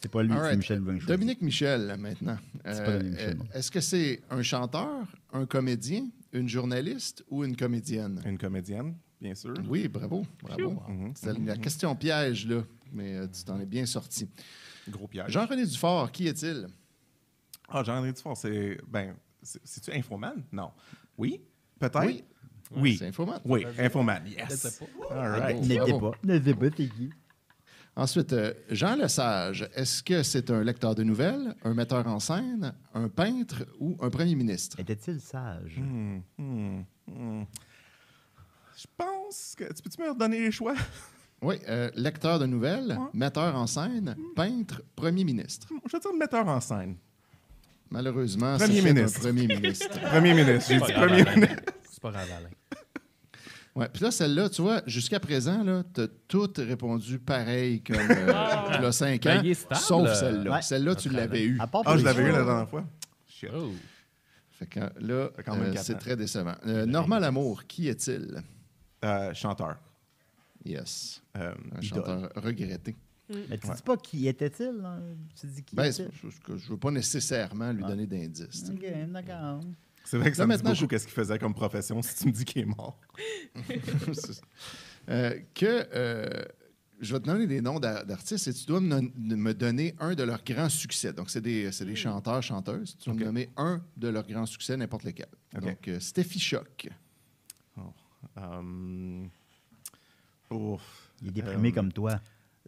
B: C'est pas lui,
F: All
B: c'est
F: right.
B: Michel Louvain que je choisis.
F: Dominique Michel, maintenant.
B: C'est pas Dominique Michel, non.
F: euh, Est-ce que c'est un chanteur, un comédien, une journaliste ou une comédienne?
E: Une comédienne, bien sûr.
F: Oui, Ah, bravo, bravo.
E: Mhm.
F: C'est la question piège, là, mais euh, tu t'en es bien sorti.
E: Gros piège.
F: Jean-René Dufort, qui est-il?
E: Ah, Jean-André Dufort, c'est. Ben, c'est- c'est-tu Infoman? Non. Oui? Peut-être?
F: Oui.
E: Oui. Oui,
F: C'est Infoman.
E: Infoman,
D: Peut-être
E: yes.
D: pas.
E: All right.
F: Bravo,
B: Il n'était
F: bravo.
B: pas. Il n'était pas, t'es qui?
F: Ensuite, euh, Jean Lesage, est-ce que c'est un lecteur de nouvelles, un metteur en scène, un peintre ou un premier ministre?
B: Était-il sage?
E: Hmm, hmm, hmm. Je pense que. Tu peux-tu me redonner les choix? [LAUGHS]
F: Oui, euh, lecteur de nouvelles,
E: Ouais.
F: metteur en scène, peintre, premier ministre.
E: Je veux dire metteur en scène.
F: Malheureusement,
E: Premier
F: c'était
E: ministre.
F: un
E: [LAUGHS]
F: premier ministre.
E: Premier ministre. J'ai
D: C'est
E: dit
D: pas
E: premier
D: grave,
E: ministre.
D: Alain. C'est pas grave, Alain.
F: Ouais, puis là, celle-là, tu vois, jusqu'à présent, là, t'as toutes répondu pareil comme
C: Ah.
F: euh, le 5
D: Ben,
F: ans,
D: il est stable.
F: sauf celle-là.
B: Ouais.
F: Celle-là, tu
D: Notre
F: l'avais
D: Alain.
F: eu.
B: À part
E: euh, Ah,
B: pour
E: je
B: les
E: l'avais eu
B: choix.
E: la dernière fois. Shit.
D: Oh.
F: Fait que euh, là,
E: Fait quand même
F: euh,
E: quatre
F: c'est
E: ans.
F: très décevant. Euh, Normal Amour, qui est-il?
E: Euh, chanteur.
F: Yes,
E: Euh,
F: un
E: idole.
F: chanteur regretté.
B: Mais tu
E: Ouais.
B: dis pas qui était-il? hein? Tu dis qui
F: Ben,
B: était?
F: c'est- je- je je veux pas nécessairement lui
B: Ah.
F: donner d'indices. tu sais.
B: Ok, d'accord.
E: C'est vrai que ça
F: Là,
E: me dit
F: maintenant,
E: beaucoup
F: je-
E: qu'est-ce qu'il faisait comme profession si tu me dis qu'il est mort.
F: [LAUGHS] C'est- Euh, que euh, je vais te donner des noms d'a- d'artistes et tu dois me, non- me donner un de leurs grands succès. Donc, c'est des, c'est des
C: Hmm.
F: chanteurs, chanteuses. Tu dois
E: Ok.
F: me nommer un de leurs grands succès, n'importe lequel.
E: Ok.
F: Donc, euh, Steffi Choc.
E: Euh, ouf.
B: Il est déprimé
E: Euh,
B: comme toi.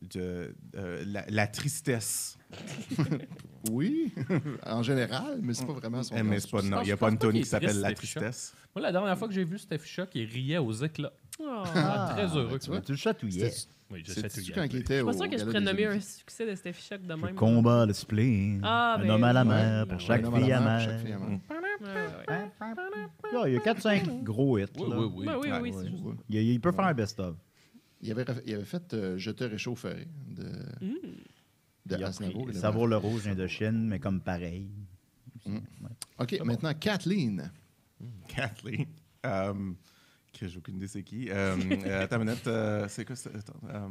E: de- euh, la, la tristesse.
F: Oui, [LAUGHS] en général, mais c'est pas vraiment son
E: Eh,
F: grand
E: mais c'est pas,
F: succès.
E: non,
D: pense-
E: il n'y a
D: je
E: pas
D: pense
E: une
D: pas
E: tonique
D: qu'il
E: qui s'appelle
D: est
E: La
D: triste, Steph
E: Tristesse.
D: Moi, la dernière fois que j'ai vu Steph Choc, il riait aux éclats.
F: [LAUGHS]
C: Oh.
D: Ah, très heureux.
F: tu vois.
B: ben, Tu le chatouillais.
F: C'était-
D: Oui, je sais tout
F: C'est-tu quand il était
C: Je
F: au
C: suis pas sûr que je
F: Gala
C: pourrais
F: des
C: nommer un
F: Oliviers?
C: succès de Steffi Choc de
B: Le
C: même.
B: combat, le spleen.
C: Ah,
B: un
C: ben,
B: homme à la
C: ouais.
B: mer pour
C: Ouais,
B: chaque
F: Un homme à la
B: fille
F: mer,
B: amère.
F: chaque fille amère.
C: Ouais, ouais, ouais.
B: Hein? Ah, Il y a 4-5 gros hits.
D: Oui,
B: là.
D: oui, oui.
C: Ben oui,
E: Ouais,
C: oui, c'est juste.
B: Il, y a- il peut faire un best-of.
F: Il avait, ref- il avait fait euh, Je te réchaufferai de,
C: Hmm.
F: de
B: Il a
F: Aznavour.
B: pris
F: Il avait-
B: Savoir le rouge Indochine, mais comme pareil.
F: OK, maintenant, Kathleen.
E: [LAUGHS] Kathleen. Euh, que j'ai aucune idée c'est qui. Euh,
D: [LAUGHS]
E: euh, attends une minute. euh, c'est quoi ça? Attends, euh,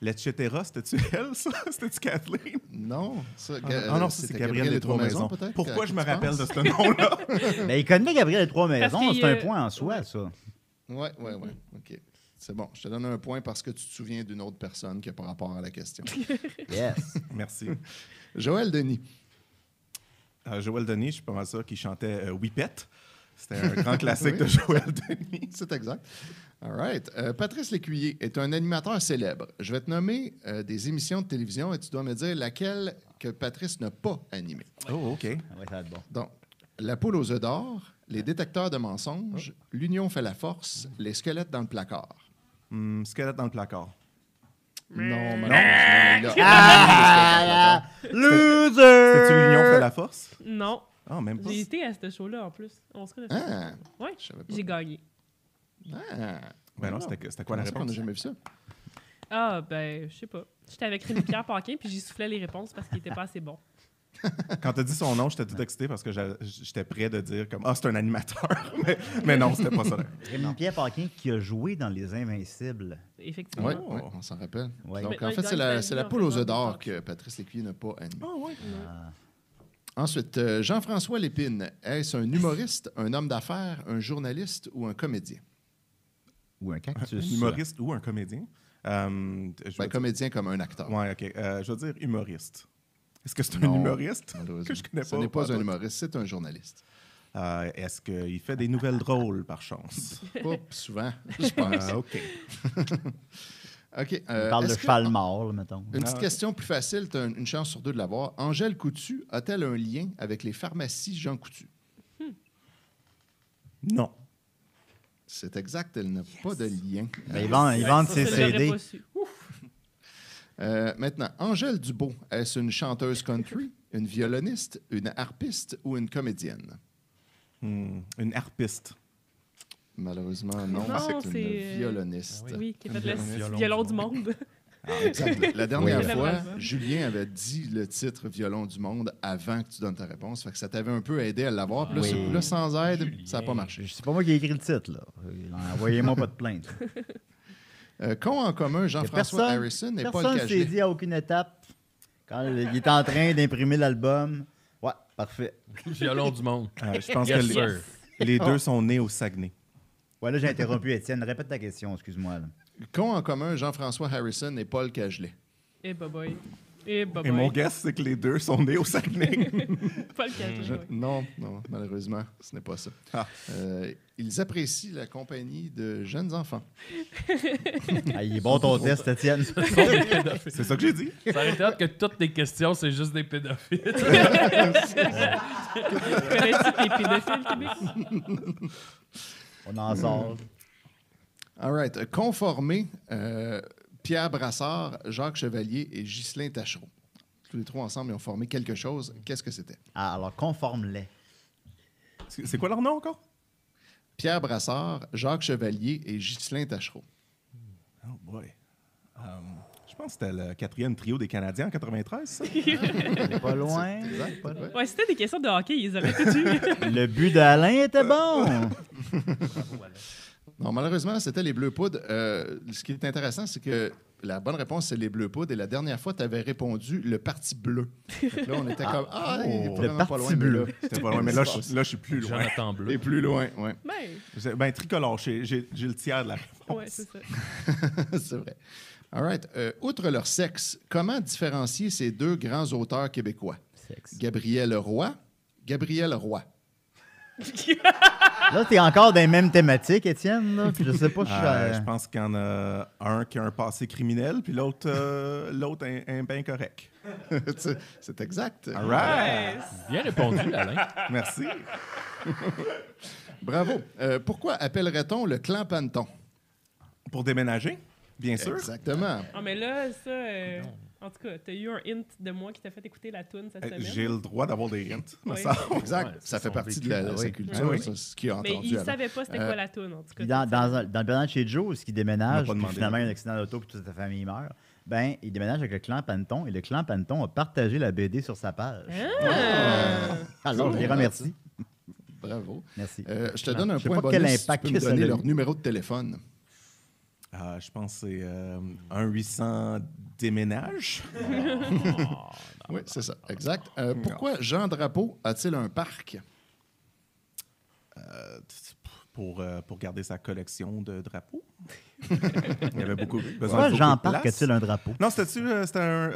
E: L'Etcetera, c'était-tu [LAUGHS] elle, ça? C'était-tu Kathleen?
F: Non, ça,
E: Ah
F: Ga-
E: non,
F: euh,
E: non, ça, c'est Gabriel des Trois-Maisons.
F: peut-être,
E: Pourquoi
F: que-
E: je me
F: tu
E: rappelle
F: penses?
E: de ce nom-là? [LAUGHS]
B: Mais Ben, il connaît Gabriel des Trois
C: Parce
B: Maisons,
C: qu'il,
B: c'est un
C: euh,
B: point en soi, ça.
F: Ouais, ouais, ouais. OK. C'est bon. Je te donne un point parce que tu te souviens d'une autre personne qui a par rapport à la
E: [LAUGHS]
F: question.
B: Yes.
E: Merci.
F: Joël Denis. [LAUGHS]
E: Euh, Joël Denis, je suis pas mal sûr qu'il chantait euh, Whippet. C'était un [LAUGHS] grand classique de Joël Denis.
F: C'est exact. All right. Euh, Patrice Lécuyer est un animateur célèbre. Je vais te nommer euh, des émissions de télévision et tu dois me dire laquelle que Patrice n'a pas animée.
E: Oh, OK.
B: Ah ouais, ça va être bon.
F: Donc, La poule aux œufs d'or, Les détecteurs de mensonges,
E: Oh.
F: L'union fait la force, Les squelettes dans le placard.
E: Hum, squelette dans le placard.
F: Non, malheureusement, il a-
D: Euh,
E: C'était-tu l'union fait
B: Loser!
E: la force?
C: Non.
E: Ah, même pas.
C: J'ai été à ce show-là en plus. On se connaissait.
F: Ah,
C: Ouais.
F: je savais pas.
C: J'ai gagné.
F: Ah.
E: Ben non, c'était c'était quoi la
F: Comment ça qu'on
E: réponse?
F: n'a jamais vu ça.
C: Ah, ben, je sais pas. J'étais avec Rémi-Pierre Paquin, puis j'y soufflais les réponses parce qu'il était pas assez bon.
E: Quand t'as dit son nom, j'étais tout excité parce que j'a- j'étais prêt de dire comme « Ah, c'est un animateur! » [LAUGHS] Mais- Mais non, c'était pas ça.
B: Rémi-Pierre Paquin qui a joué dans Les Invincibles.
C: Effectivement.
F: Oui, Oh. on s'en rappelle.
B: Ouais.
F: Donc,
C: Maintenant,
F: en
C: il
F: fait,
C: gagne sa
F: c'est la,
C: vie
F: c'est la
C: en
F: poule aux
C: faisant
F: œufs
C: des
F: d'or
C: tâches.
F: que Patrice Lécuyer n'a pas animée.
E: Ah ouais.
F: Ensuite, euh, Jean-François Lépine. Est-ce un humoriste, un homme d'affaires, un journaliste ou un comédien?
B: Ou un
E: Un
B: cactus.
E: humoriste ou un comédien? Euh, je
F: Ben,
E: vais dire-
F: comédien comme un acteur.
E: Ouais, OK. Euh, je veux dire humoriste. Est-ce que c'est un
F: Non,
E: humoriste
F: malheureusement.
E: [LAUGHS] que je connais pas?
F: Ce n'est pas
E: tout?
F: un humoriste, c'est un
E: [LAUGHS]
F: journaliste.
E: Euh, Est-ce qu'il fait des nouvelles drôles, par
D: [LAUGHS]
E: chance?
F: Pas souvent, je pense.
E: Ah, OK.
F: [LAUGHS] OK.
B: On
F: euh,
B: parle de
F: est-ce que-
B: cheval mort, là, mettons.
F: Une petite
E: Ah.
F: question plus facile, tu as une chance sur deux de l'avoir. Angèle Coutu a-t-elle un lien avec les pharmacies Jean Coutu?
E: Non.
F: C'est exact, elle n'a pas de lien.
B: Ben, ils vendent, ils vendent ses
C: Ça, je l'aurais
B: CD.
C: pas su. Ouf.
F: Euh, maintenant, Angèle Dubo, est-ce une chanteuse country, une violoniste, une harpiste ou une comédienne?
E: Hmm, Une harpiste.
F: Malheureusement, non,
C: Non,
F: c'est une
C: c'est, euh,
F: violoniste.
C: Oui, qui a fait le
D: Violon
C: violon,
D: du
C: du monde.
F: Exact. La dernière
B: [LAUGHS] Oui.
F: fois,
C: J'aimerais ça.
F: Julien avait dit le titre Violon du monde avant que tu donnes ta réponse. Fait que ça t'avait un peu aidé à l'avoir. Puis là,
B: Oui.
F: c'est- là, sans aide,
D: Julien.
F: ça n'a pas marché.
B: C'est pas moi qui ai écrit le titre, là. Euh, Envoyez-moi pas de plainte.
F: Euh, Qu'ont en commun
B: Y a
F: Jean-François
B: Personne
F: Harrison et Paul
B: personne s'est
F: Cagelet?
B: dit à aucune étape quand il est en train d'imprimer l'album. Ouais, parfait.
D: Violon du monde.
E: Euh, je pense que
D: Yes,
E: les,
D: [LAUGHS] sir.
E: les
F: Oh.
E: deux sont nés au Saguenay.
B: Ouais, là, j'ai interrompu Étienne. Répète ta question, excuse-moi. là.
F: Qu'ont en commun Jean-François Harrison et Paul Cagelet?
C: Et boboy. Et
D: Oh
C: boboy.
E: Et mon guess, c'est que les deux sont nés
D: [LAUGHS]
E: au Saguenay.
C: Pas le cadeau,
F: Je-
C: ouais.
F: Non, non, malheureusement, ce n'est pas ça.
E: Ah.
F: Euh, ils apprécient la compagnie de jeunes enfants.
B: Ah, il est bon ton test, Étienne.
E: c'est ça que j'ai dit.
D: Ça aurait été hâte que toutes les questions, c'est juste des pédophiles.
C: Connais-tu les pédophiles Québec?
B: On en sort.
F: All right. Conformé, euh, Pierre Brassard, Jacques Chevalier et Ghislain Tachereau. Tous les trois ensemble, ils ont formé quelque chose. Qu'est-ce que c'était?
B: Ah, alors, conforme-les.
E: C'est c'est quoi leur nom encore?
F: Pierre Brassard, Jacques Chevalier et Ghislain Tachereau.
E: Oh boy. Euh, je pense que c'était le quatrième trio des Canadiens en 93, [LAUGHS] ça.
B: Pas loin.
F: Exact?
B: pas loin.
F: Ouais.
C: Ouais, c'était des questions de hockey, ils auraient tout eu.
B: Le but d'Alain était bon.
F: Non, malheureusement, c'était les Bleus Poudres. Euh, ce qui est intéressant, c'est que la bonne réponse, c'est les Bleus Poudres. Et la dernière fois, tu avais répondu le Parti Bleu. Fait que là, on était comme Ah, il est
E: Oh.
F: vraiment
B: Le
F: pas
B: Parti
F: loin. mais
B: Bleu.
F: là-
E: C'était pas loin, mais là, je, là, je suis plus loin.
D: Jonathan
F: il est
D: Bleu.
F: plus loin, oui.
C: Ben,
E: J'ai- Ben, tricolore, j'ai j'ai- j'ai le tiers de la réponse.
C: ouais, c'est ça.
F: [LAUGHS] c'est vrai. All right. Euh, outre leur sexe, comment différencier ces deux grands auteurs québécois?
B: Sexe.
F: Gabriel Roy, Gabriel
E: [LAUGHS]
F: Roy.
B: Là, t'es encore dans les mêmes thématiques, Étienne. là, puis Je sais pas, je suis.
E: Euh,
B: euh,
E: je pense qu'il y en a un qui a un passé criminel, puis l'autre euh, l'autre un, un ben correct.
F: C'est- c'est exact.
E: All right.
D: Bien répondu, Alain.
E: Merci.
F: Bravo. Euh, pourquoi appellerait-on le clan Panton?
E: Pour déménager, bien sûr.
F: Exactement.
C: Ah, mais là, ça. euh, en tout cas, t'as eu un hint de moi qui t'a fait écouter la toune cette
E: Euh,
C: semaine.
E: J'ai le droit d'avoir des hints, me
C: Oui.
E: semble.
F: Exact.
D: Ouais,
F: ça
D: c'est
F: fait
D: son
F: partie
D: vécu.
F: de la,
B: Ah
F: sa
B: oui.
F: culture,
E: Ah oui.
F: ça, ce qu'il a
C: Mais
F: entendu
C: ils
F: avant.
C: savaient pas c'était
F: Euh,
C: quoi la toune, en tout cas.
B: Puis dans, dans, un- dans le personnage chez Joe, ce qui déménage,
E: pas
B: puis
E: demandé.
B: finalement il y a un accident d'auto, puis toute sa famille meurt, ben, il déménage avec le clan Panton, et le clan Panton a partagé la BD sur sa page.
C: Ah!
B: Alors, je les remercie.
F: Bravo.
B: Merci.
F: Euh, je te
B: Non,
F: donne un
B: je sais
F: point
B: pas
F: bonus
B: quel
F: si tu
B: impact
F: peux
B: que
F: me
B: ça
F: donner
B: a eu.
F: leur numéro de téléphone.
E: Ah, je pense que c'est euh, un 800 déménage.
F: oui, c'est ça. Exact. Euh, pourquoi Jean Drapeau a-t-il un parc?
E: Euh, t- t- pour, euh, pour garder sa collection de
F: [LAUGHS]
E: drapeaux. Il y avait beaucoup
B: Pourquoi
E: besoin de beaucoup de
B: Jean-Parc
E: place.
B: a-t-il un drapeau?
E: Non, c'était-tu euh, c'était un.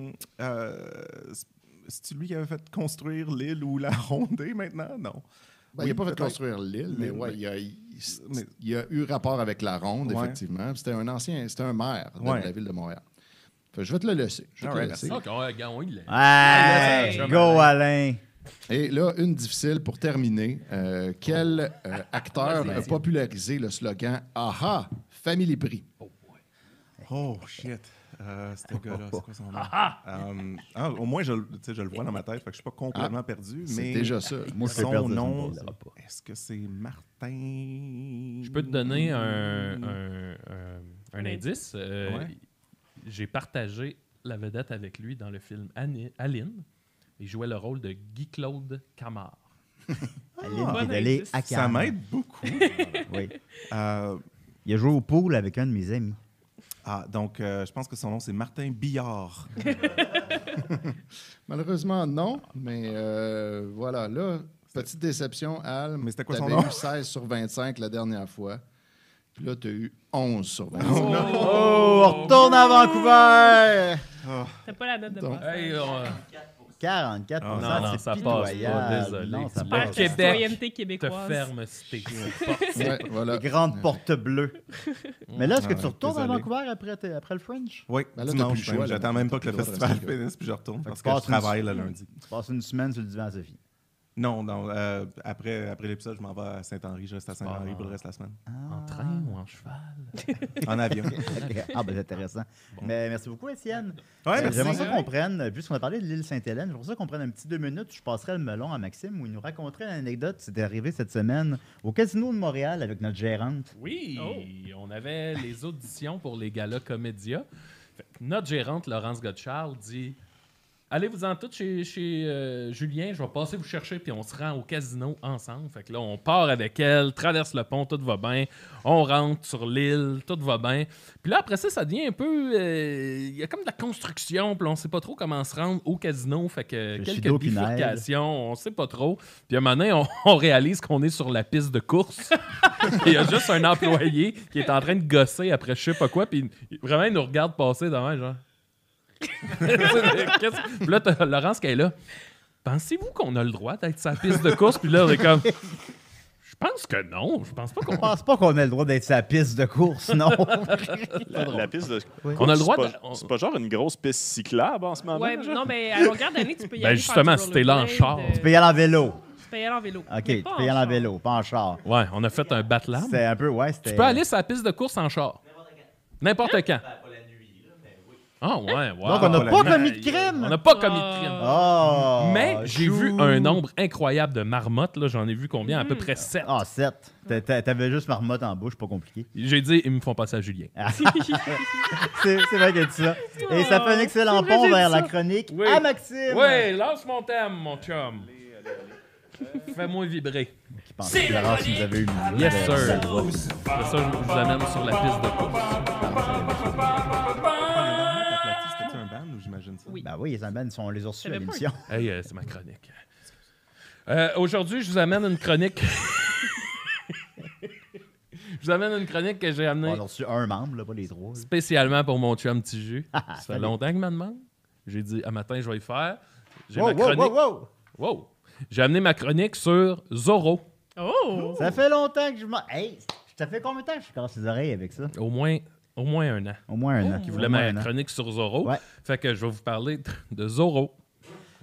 E: euh, euh, c'est-tu lui qui avait fait construire l'île ou la rondée maintenant? Non.
F: Ben, il n'a
E: Oui,
F: pas fait
E: peut-être.
F: construire l'île, mais
E: L'île,
F: ouais,
E: mais-
F: il, y a, il-
E: mais-
F: il y a eu rapport avec la ronde,
E: Ouais.
F: effectivement. C'était un ancien, c'était un maire de
E: Ouais.
F: la ville de Montréal. Fait que je vais te le laisser. Je vais te le
E: Alright,
F: laisser.
D: Ah, qu'on- euh, gars, on y l'a.
B: Hey,
D: Hey,
B: go, Alain!
F: Et là, une difficile pour terminer. Euh, quel euh, acteur a popularisé le slogan Aha, Family Prix?
E: Oh shit. Euh, c'était le gars-là, c'est quoi son nom?
F: [LAUGHS]
E: Euh, ah, au moins, je, le- tu sais, je le vois dans ma tête, fait que je suis pas complètement perdu.
F: Ah, C'est
E: mais
F: déjà ça.
B: Moi, je suis
E: son
B: perdu,
E: nom,
B: ça me pas.
E: est-ce que c'est Martin?
D: Je peux te donner un, un, un- un indice. Euh,
E: Ouais.
D: J'ai partagé la vedette avec lui dans le film Annie- Aline. Il jouait le rôle de Guy-Claude Camard.
B: Aline qui
C: Bon
B: est allée
C: indice.
B: à
E: Ça
B: Cannes.
E: m'aide beaucoup.
B: [LAUGHS] Oui.
E: Euh,
B: Il a joué au pool avec un de mes amis.
E: ah, donc, euh, je pense que son nom, c'est Martin Billard.
F: Malheureusement, non, mais euh, voilà, là, petite déception, Al.
E: Mais c'était quoi son
F: t'avais
E: nom?
F: eu 16 sur 25 la dernière fois. Puis là, tu as eu 11 sur 25.
B: Oh, on retourne à Vancouver!
C: T'as pas la note de
F: Donc,
C: passage.
D: Hey, oh, on-
B: 44
E: Ah,
D: Non, non,
B: c'est
D: ça passe pas,
B: pitoyable.
D: désolé.
B: Non, ça passe
C: Perte de
D: Le
B: pas.
D: oh. Québec
C: citoyenneté
D: te
C: québécoise.
D: ferme si t'es
F: Ouais, voilà.
B: Les grandes portes bleues. Mais là, est-ce que
E: Ah
B: tu
E: ouais,
B: retournes à
E: désolé.
B: Vancouver après, t- après le French?
E: Oui,
F: Ben là, t'as plus le
E: dimanche,
F: choix,
E: même.
F: là.
E: j'attends même pas que le
F: T'as le droit de
E: festival
F: rester.
E: finisse, puis je retourne parce
B: que
E: que je
B: passe une-
E: travaille le lundi.
B: Tu passes une semaine sur le divan à Sophie.
E: Non, non, euh, après, après l'épisode, je m'en vais à Saint-Henri, je reste à Saint-Henri
D: Ah.
E: pour le reste de la semaine.
D: en
B: [LAUGHS]
D: train ou en cheval.
E: En avion.
B: ah, ben c'est intéressant. Mais merci beaucoup, Étienne.
E: Ouais,
B: Euh,
E: merci.
B: J'aimerais ça qu'on prenne, euh, puisqu'on a parlé de l'île Sainte-Hélène, j'aimerais ça qu'on prenne un petit deux minutes. Je passerai le melon à Maxime où il nous raconterait une anecdote. C'était arrivé cette semaine au Casino de Montréal avec notre gérante.
D: Oui,
C: Oh.
D: on avait les auditions pour les galas Comédia. Fait que Notre gérante, Laurence Godchard, dit Allez-vous-en toutes chez, chez, euh, Julien, je vais passer vous chercher, puis on se rend au casino ensemble. Fait que là, on part avec elle, traverse le pont, tout va bien. On rentre sur l'île, tout va bien. Puis là, après ça, ça devient un peu. euh, Il y a comme de la construction, puis on sait pas trop comment se rendre au casino. Fait que
B: Le
D: quelques
B: Chido Pinel.
D: bifurcations, on sait pas trop. Puis à un moment donné, on, [LAUGHS] on réalise qu'on est sur la piste
B: [LAUGHS]
D: de course. Il y a juste un employé qui est en train de gosser après je sais pas quoi, puis il- vraiment, il nous regarde passer devant, genre. Qu'est-ce- Puis là, t'as Laurence qui est là. Pensez-vous qu'on a le droit d'être sa piste de course? Puis là, on est comme. Je pense que non. Je pense pas qu'on
B: Je pense pas qu'on ait le droit d'être sa piste de course, non.
G: La, la piste de.
B: Oui.
D: On a le droit
G: C'est
D: de-
G: pas- C'est pas genre une grosse piste cyclable en ce moment?
C: Ouais,
G: genre?
C: non, mais à longueur d'année, tu peux y
D: Ben,
C: aller. faire
D: justement,
C: du
D: si t'es là en
C: rollerblade,
D: char.
C: euh,
D: Tu
B: Tu peux y aller en vélo.
C: tu peux y aller en vélo.
B: OK,
C: Mais
B: tu
C: pas
B: peux y aller en
C: char.
B: vélo, pas en char.
D: Ouais, on a fait un bat-lame.
B: C'était un peu, ouais, c'était.
D: Tu peux aller sur la piste de course en char. N'importe quand. Ah ouais,
B: Donc,
D: wow.
B: on n'a
E: Ah,
B: pas
E: la
B: commis de crime.
D: On n'a pas commis de crime.
B: Oh,
D: Mais j'ai vu
B: cool.
D: un nombre incroyable de marmottes. là. J'en ai vu combien? À peu près sept.
B: Ah, 7. T'avais juste marmotte en bouche, pas compliqué.
D: J'ai dit, ils me font passer à Julien.
B: C'est c'est vrai que tu ça. Et ça fait un excellent
C: C'est vrai,
B: pont
C: j'ai
B: vers
C: dit
B: la
C: ça.
B: chronique
D: Oui.
B: à Maxime.
D: Ouais, lance mon thème, mon chum. Fais-moi vibrer.
B: Qui pensait que Laurence nous avait humiliés.
D: Yes, sir. Après ça, je vous amène sur la piste de course.
E: C'était un ban ou j'imagine ça?
B: Ben oui, les amènes sont les Ursus à
C: J'avais pas
B: l'émission.
D: Hey, euh, c'est ma chronique. Euh, Aujourd'hui, je vous amène une chronique. [LAUGHS] je vous amène une chronique que j'ai amenée
B: On a reçu un membre, là, pas les trois. là.
D: spécialement pour mon chum petit jus. Ça fait
B: Salut.
D: longtemps qu'il m'a demandé. J'ai dit, à matin, je vais y faire. J'ai
B: Wow,
D: ma
B: wow,
D: chronique.
B: wow, wow.
D: Wow. J'ai amené ma chronique sur Zorro.
C: Oh!
B: Ça fait longtemps que je m'en. Hey, ça fait combien de temps que je casse les oreilles avec ça?
D: Au moins, au moins un an.
B: Au moins un an.
D: Qui
B: Ah, Au
D: voulait
B: moins
D: ma
B: un an.
D: chronique sur Zorro.
B: Ouais.
D: Fait que je vais vous parler de Zorro.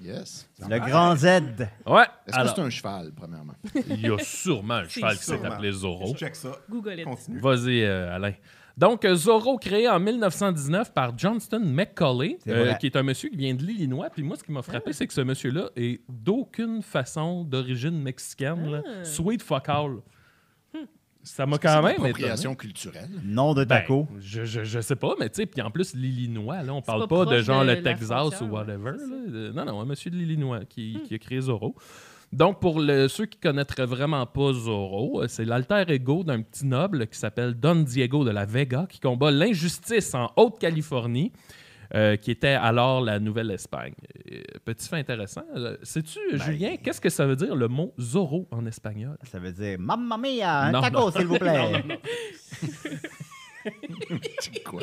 F: Yes.
B: Le grand Z.
D: Ouais.
F: Est-ce que
D: Alors,
F: c'est un cheval, premièrement?
D: il y a sûrement un cheval qui
C: sûr.
D: s'est appelé Zorro.
E: Je Oh, check ça.
C: Google it.
E: Continue.
D: Vas-y, euh, Alain. Donc, euh, Zorro, créé en 1919 par Johnston McCauley,
B: C'est
D: euh,
B: vrai.
D: qui est un monsieur qui vient de l'Illinois. Puis moi, ce qui m'a frappé, c'est que ce monsieur-là est d'aucune façon d'origine mexicaine. là. Sweet fuck all. Ça m'a quand même étonné.
F: Appropriation
B: [LAUGHS]
F: culturelle.
B: Nom de
D: Ben,
B: taco.
D: je, je, je sais pas, mais tu sais, puis en plus, l'Illinois, là, on
C: pas
D: parle pas, de
C: proche
D: genre
C: de
D: le
C: la
D: Texas ou
C: frontière,
D: whatever.
C: c'est ça. Hmm.
D: là. Euh, Non, non, un monsieur de l'Illinois qui, qui a créé Zorro. Donc, pour le- ceux qui connaîtraient vraiment pas Zorro, euh, c'est l'alter ego d'un petit noble qui s'appelle Don Diego de la Vega qui combat l'injustice en Haute-Californie. euh, qui était alors la Nouvelle-Espagne. Euh, Petit fait intéressant. euh, Sais-tu, Julien, qu'est-ce que ça veut dire le mot Zorro en espagnol?
B: Ça veut dire Mamma mia, un
D: Non,
B: taco,
D: non.
B: s'il vous plaît.
D: Non,
F: Quoi?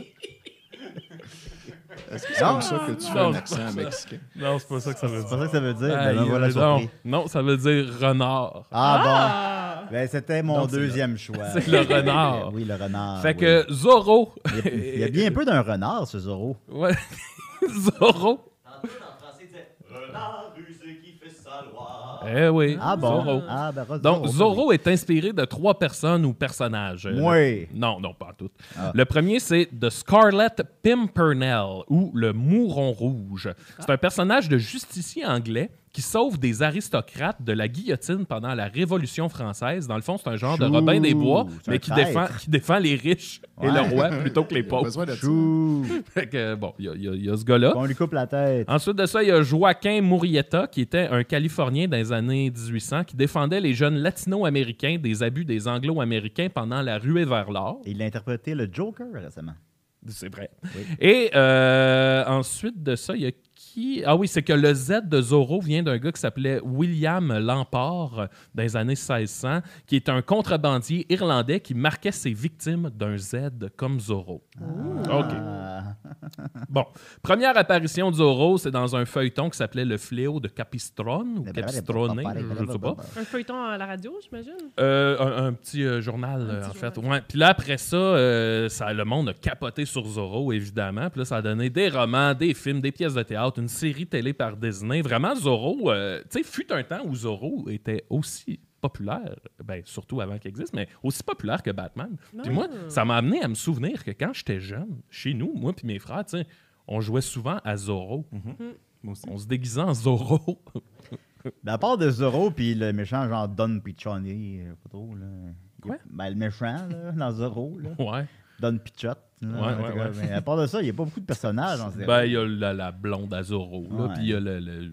F: Est-ce que c'est comme ça que tu fais
D: non.
F: un accent mexicain?
D: Non, c'est pas ça que ça veut
B: C'est pas ça que ça veut
D: Ah,
B: dire. Ben, me voilà
D: non,
B: surpris.
D: non, ça veut dire renard.
B: Ah,
C: Ah!
B: bon. Ben, c'était mon
D: Donc, c'est
B: deuxième choix.
D: C'est le renard.
B: [LAUGHS] Oui, le renard.
D: fait
B: Ah oui.
D: que Zorro.
B: Il y a- Il y a bien peu d'un renard, ce Zorro.
D: [LAUGHS] Ouais. Zorro. Eh oui.
B: Ah bon?
D: Zorro.
B: Ah, ben,
D: Donc, Zorro est inspiré de trois personnes ou personnages. Euh,
B: Oui.
D: Non, non, pas toutes.
B: Ah.
D: Le premier, c'est The Scarlet Pimpernel ou le Mouron Rouge. C'est un personnage de justicier anglais qui sauve des aristocrates de la guillotine pendant la Révolution française. Dans le fond, c'est un genre de
B: Chou,
D: Robin des Bois,
B: c'est un
D: mais qui
B: traître.
D: défend, qui défend les riches et
B: Ouais.
D: le roi plutôt que les
F: Il y a
D: pauvres.
F: besoin de ça.
B: Chou.
D: [LAUGHS] Fait que, bon, il y a- il y, a- il y a ce gars-là.
B: On lui coupe la tête.
D: Ensuite de ça, il y a Joaquin Murrieta, qui était un Californien dans les années 1800, qui défendait les jeunes latino-américains des abus des anglo-américains pendant la ruée vers l'or.
B: Il a interprété le Joker récemment.
D: [LAUGHS] C'est vrai.
B: Oui.
D: Et euh, ensuite de ça, il y a qui... Ah oui, c'est que le Z de Zorro vient d'un gars qui s'appelait William Lampard euh, dans les années 1600, qui est un contrebandier irlandais qui marquait ses victimes d'un Z comme Zorro. OK.
B: Ah.
D: Bon, première apparition de Zorro, c'est dans un feuilleton qui s'appelait Le Fléau de Capistrone
B: Eh ben,
D: ou Capistrone, je sais pas.
C: Un feuilleton à la radio, j'imagine?
D: Euh, un, un petit euh, journal,
C: Un
D: euh,
C: petit
D: en fait.
C: journal.
D: Ouais. Puis là, après ça, euh, ça, le monde a capoté sur Zorro, évidemment. Puis là, ça a donné des romans, des films, des pièces de théâtre, une série télé par Disney. Vraiment, Zorro, euh, tu sais, fut un temps où Zorro était aussi populaire, ben, surtout avant qu'il existe, mais aussi populaire que Batman. Puis moi, ça m'a amené à me souvenir que quand j'étais jeune, chez nous, moi puis mes frères, tu sais, on jouait souvent à Zorro.
E: Moi aussi.
D: On se déguisait en Zorro. [LAUGHS]
B: Ben, à part de Zorro, puis le méchant, genre Don Pichoni, euh, pas trop, là.
D: Quoi?
B: Ben, le méchant, là, dans Zorro, là.
D: ouais.
B: Don Pichot. là,
D: Ouais,
B: en tout
D: ouais,
B: cas.
D: ouais.
B: Mais à part de ça, il n'y a pas beaucoup de personnages. en série.
D: Ben, il y a la, la blonde à Zorro, là,
B: Ouais.
D: puis il y a le... le-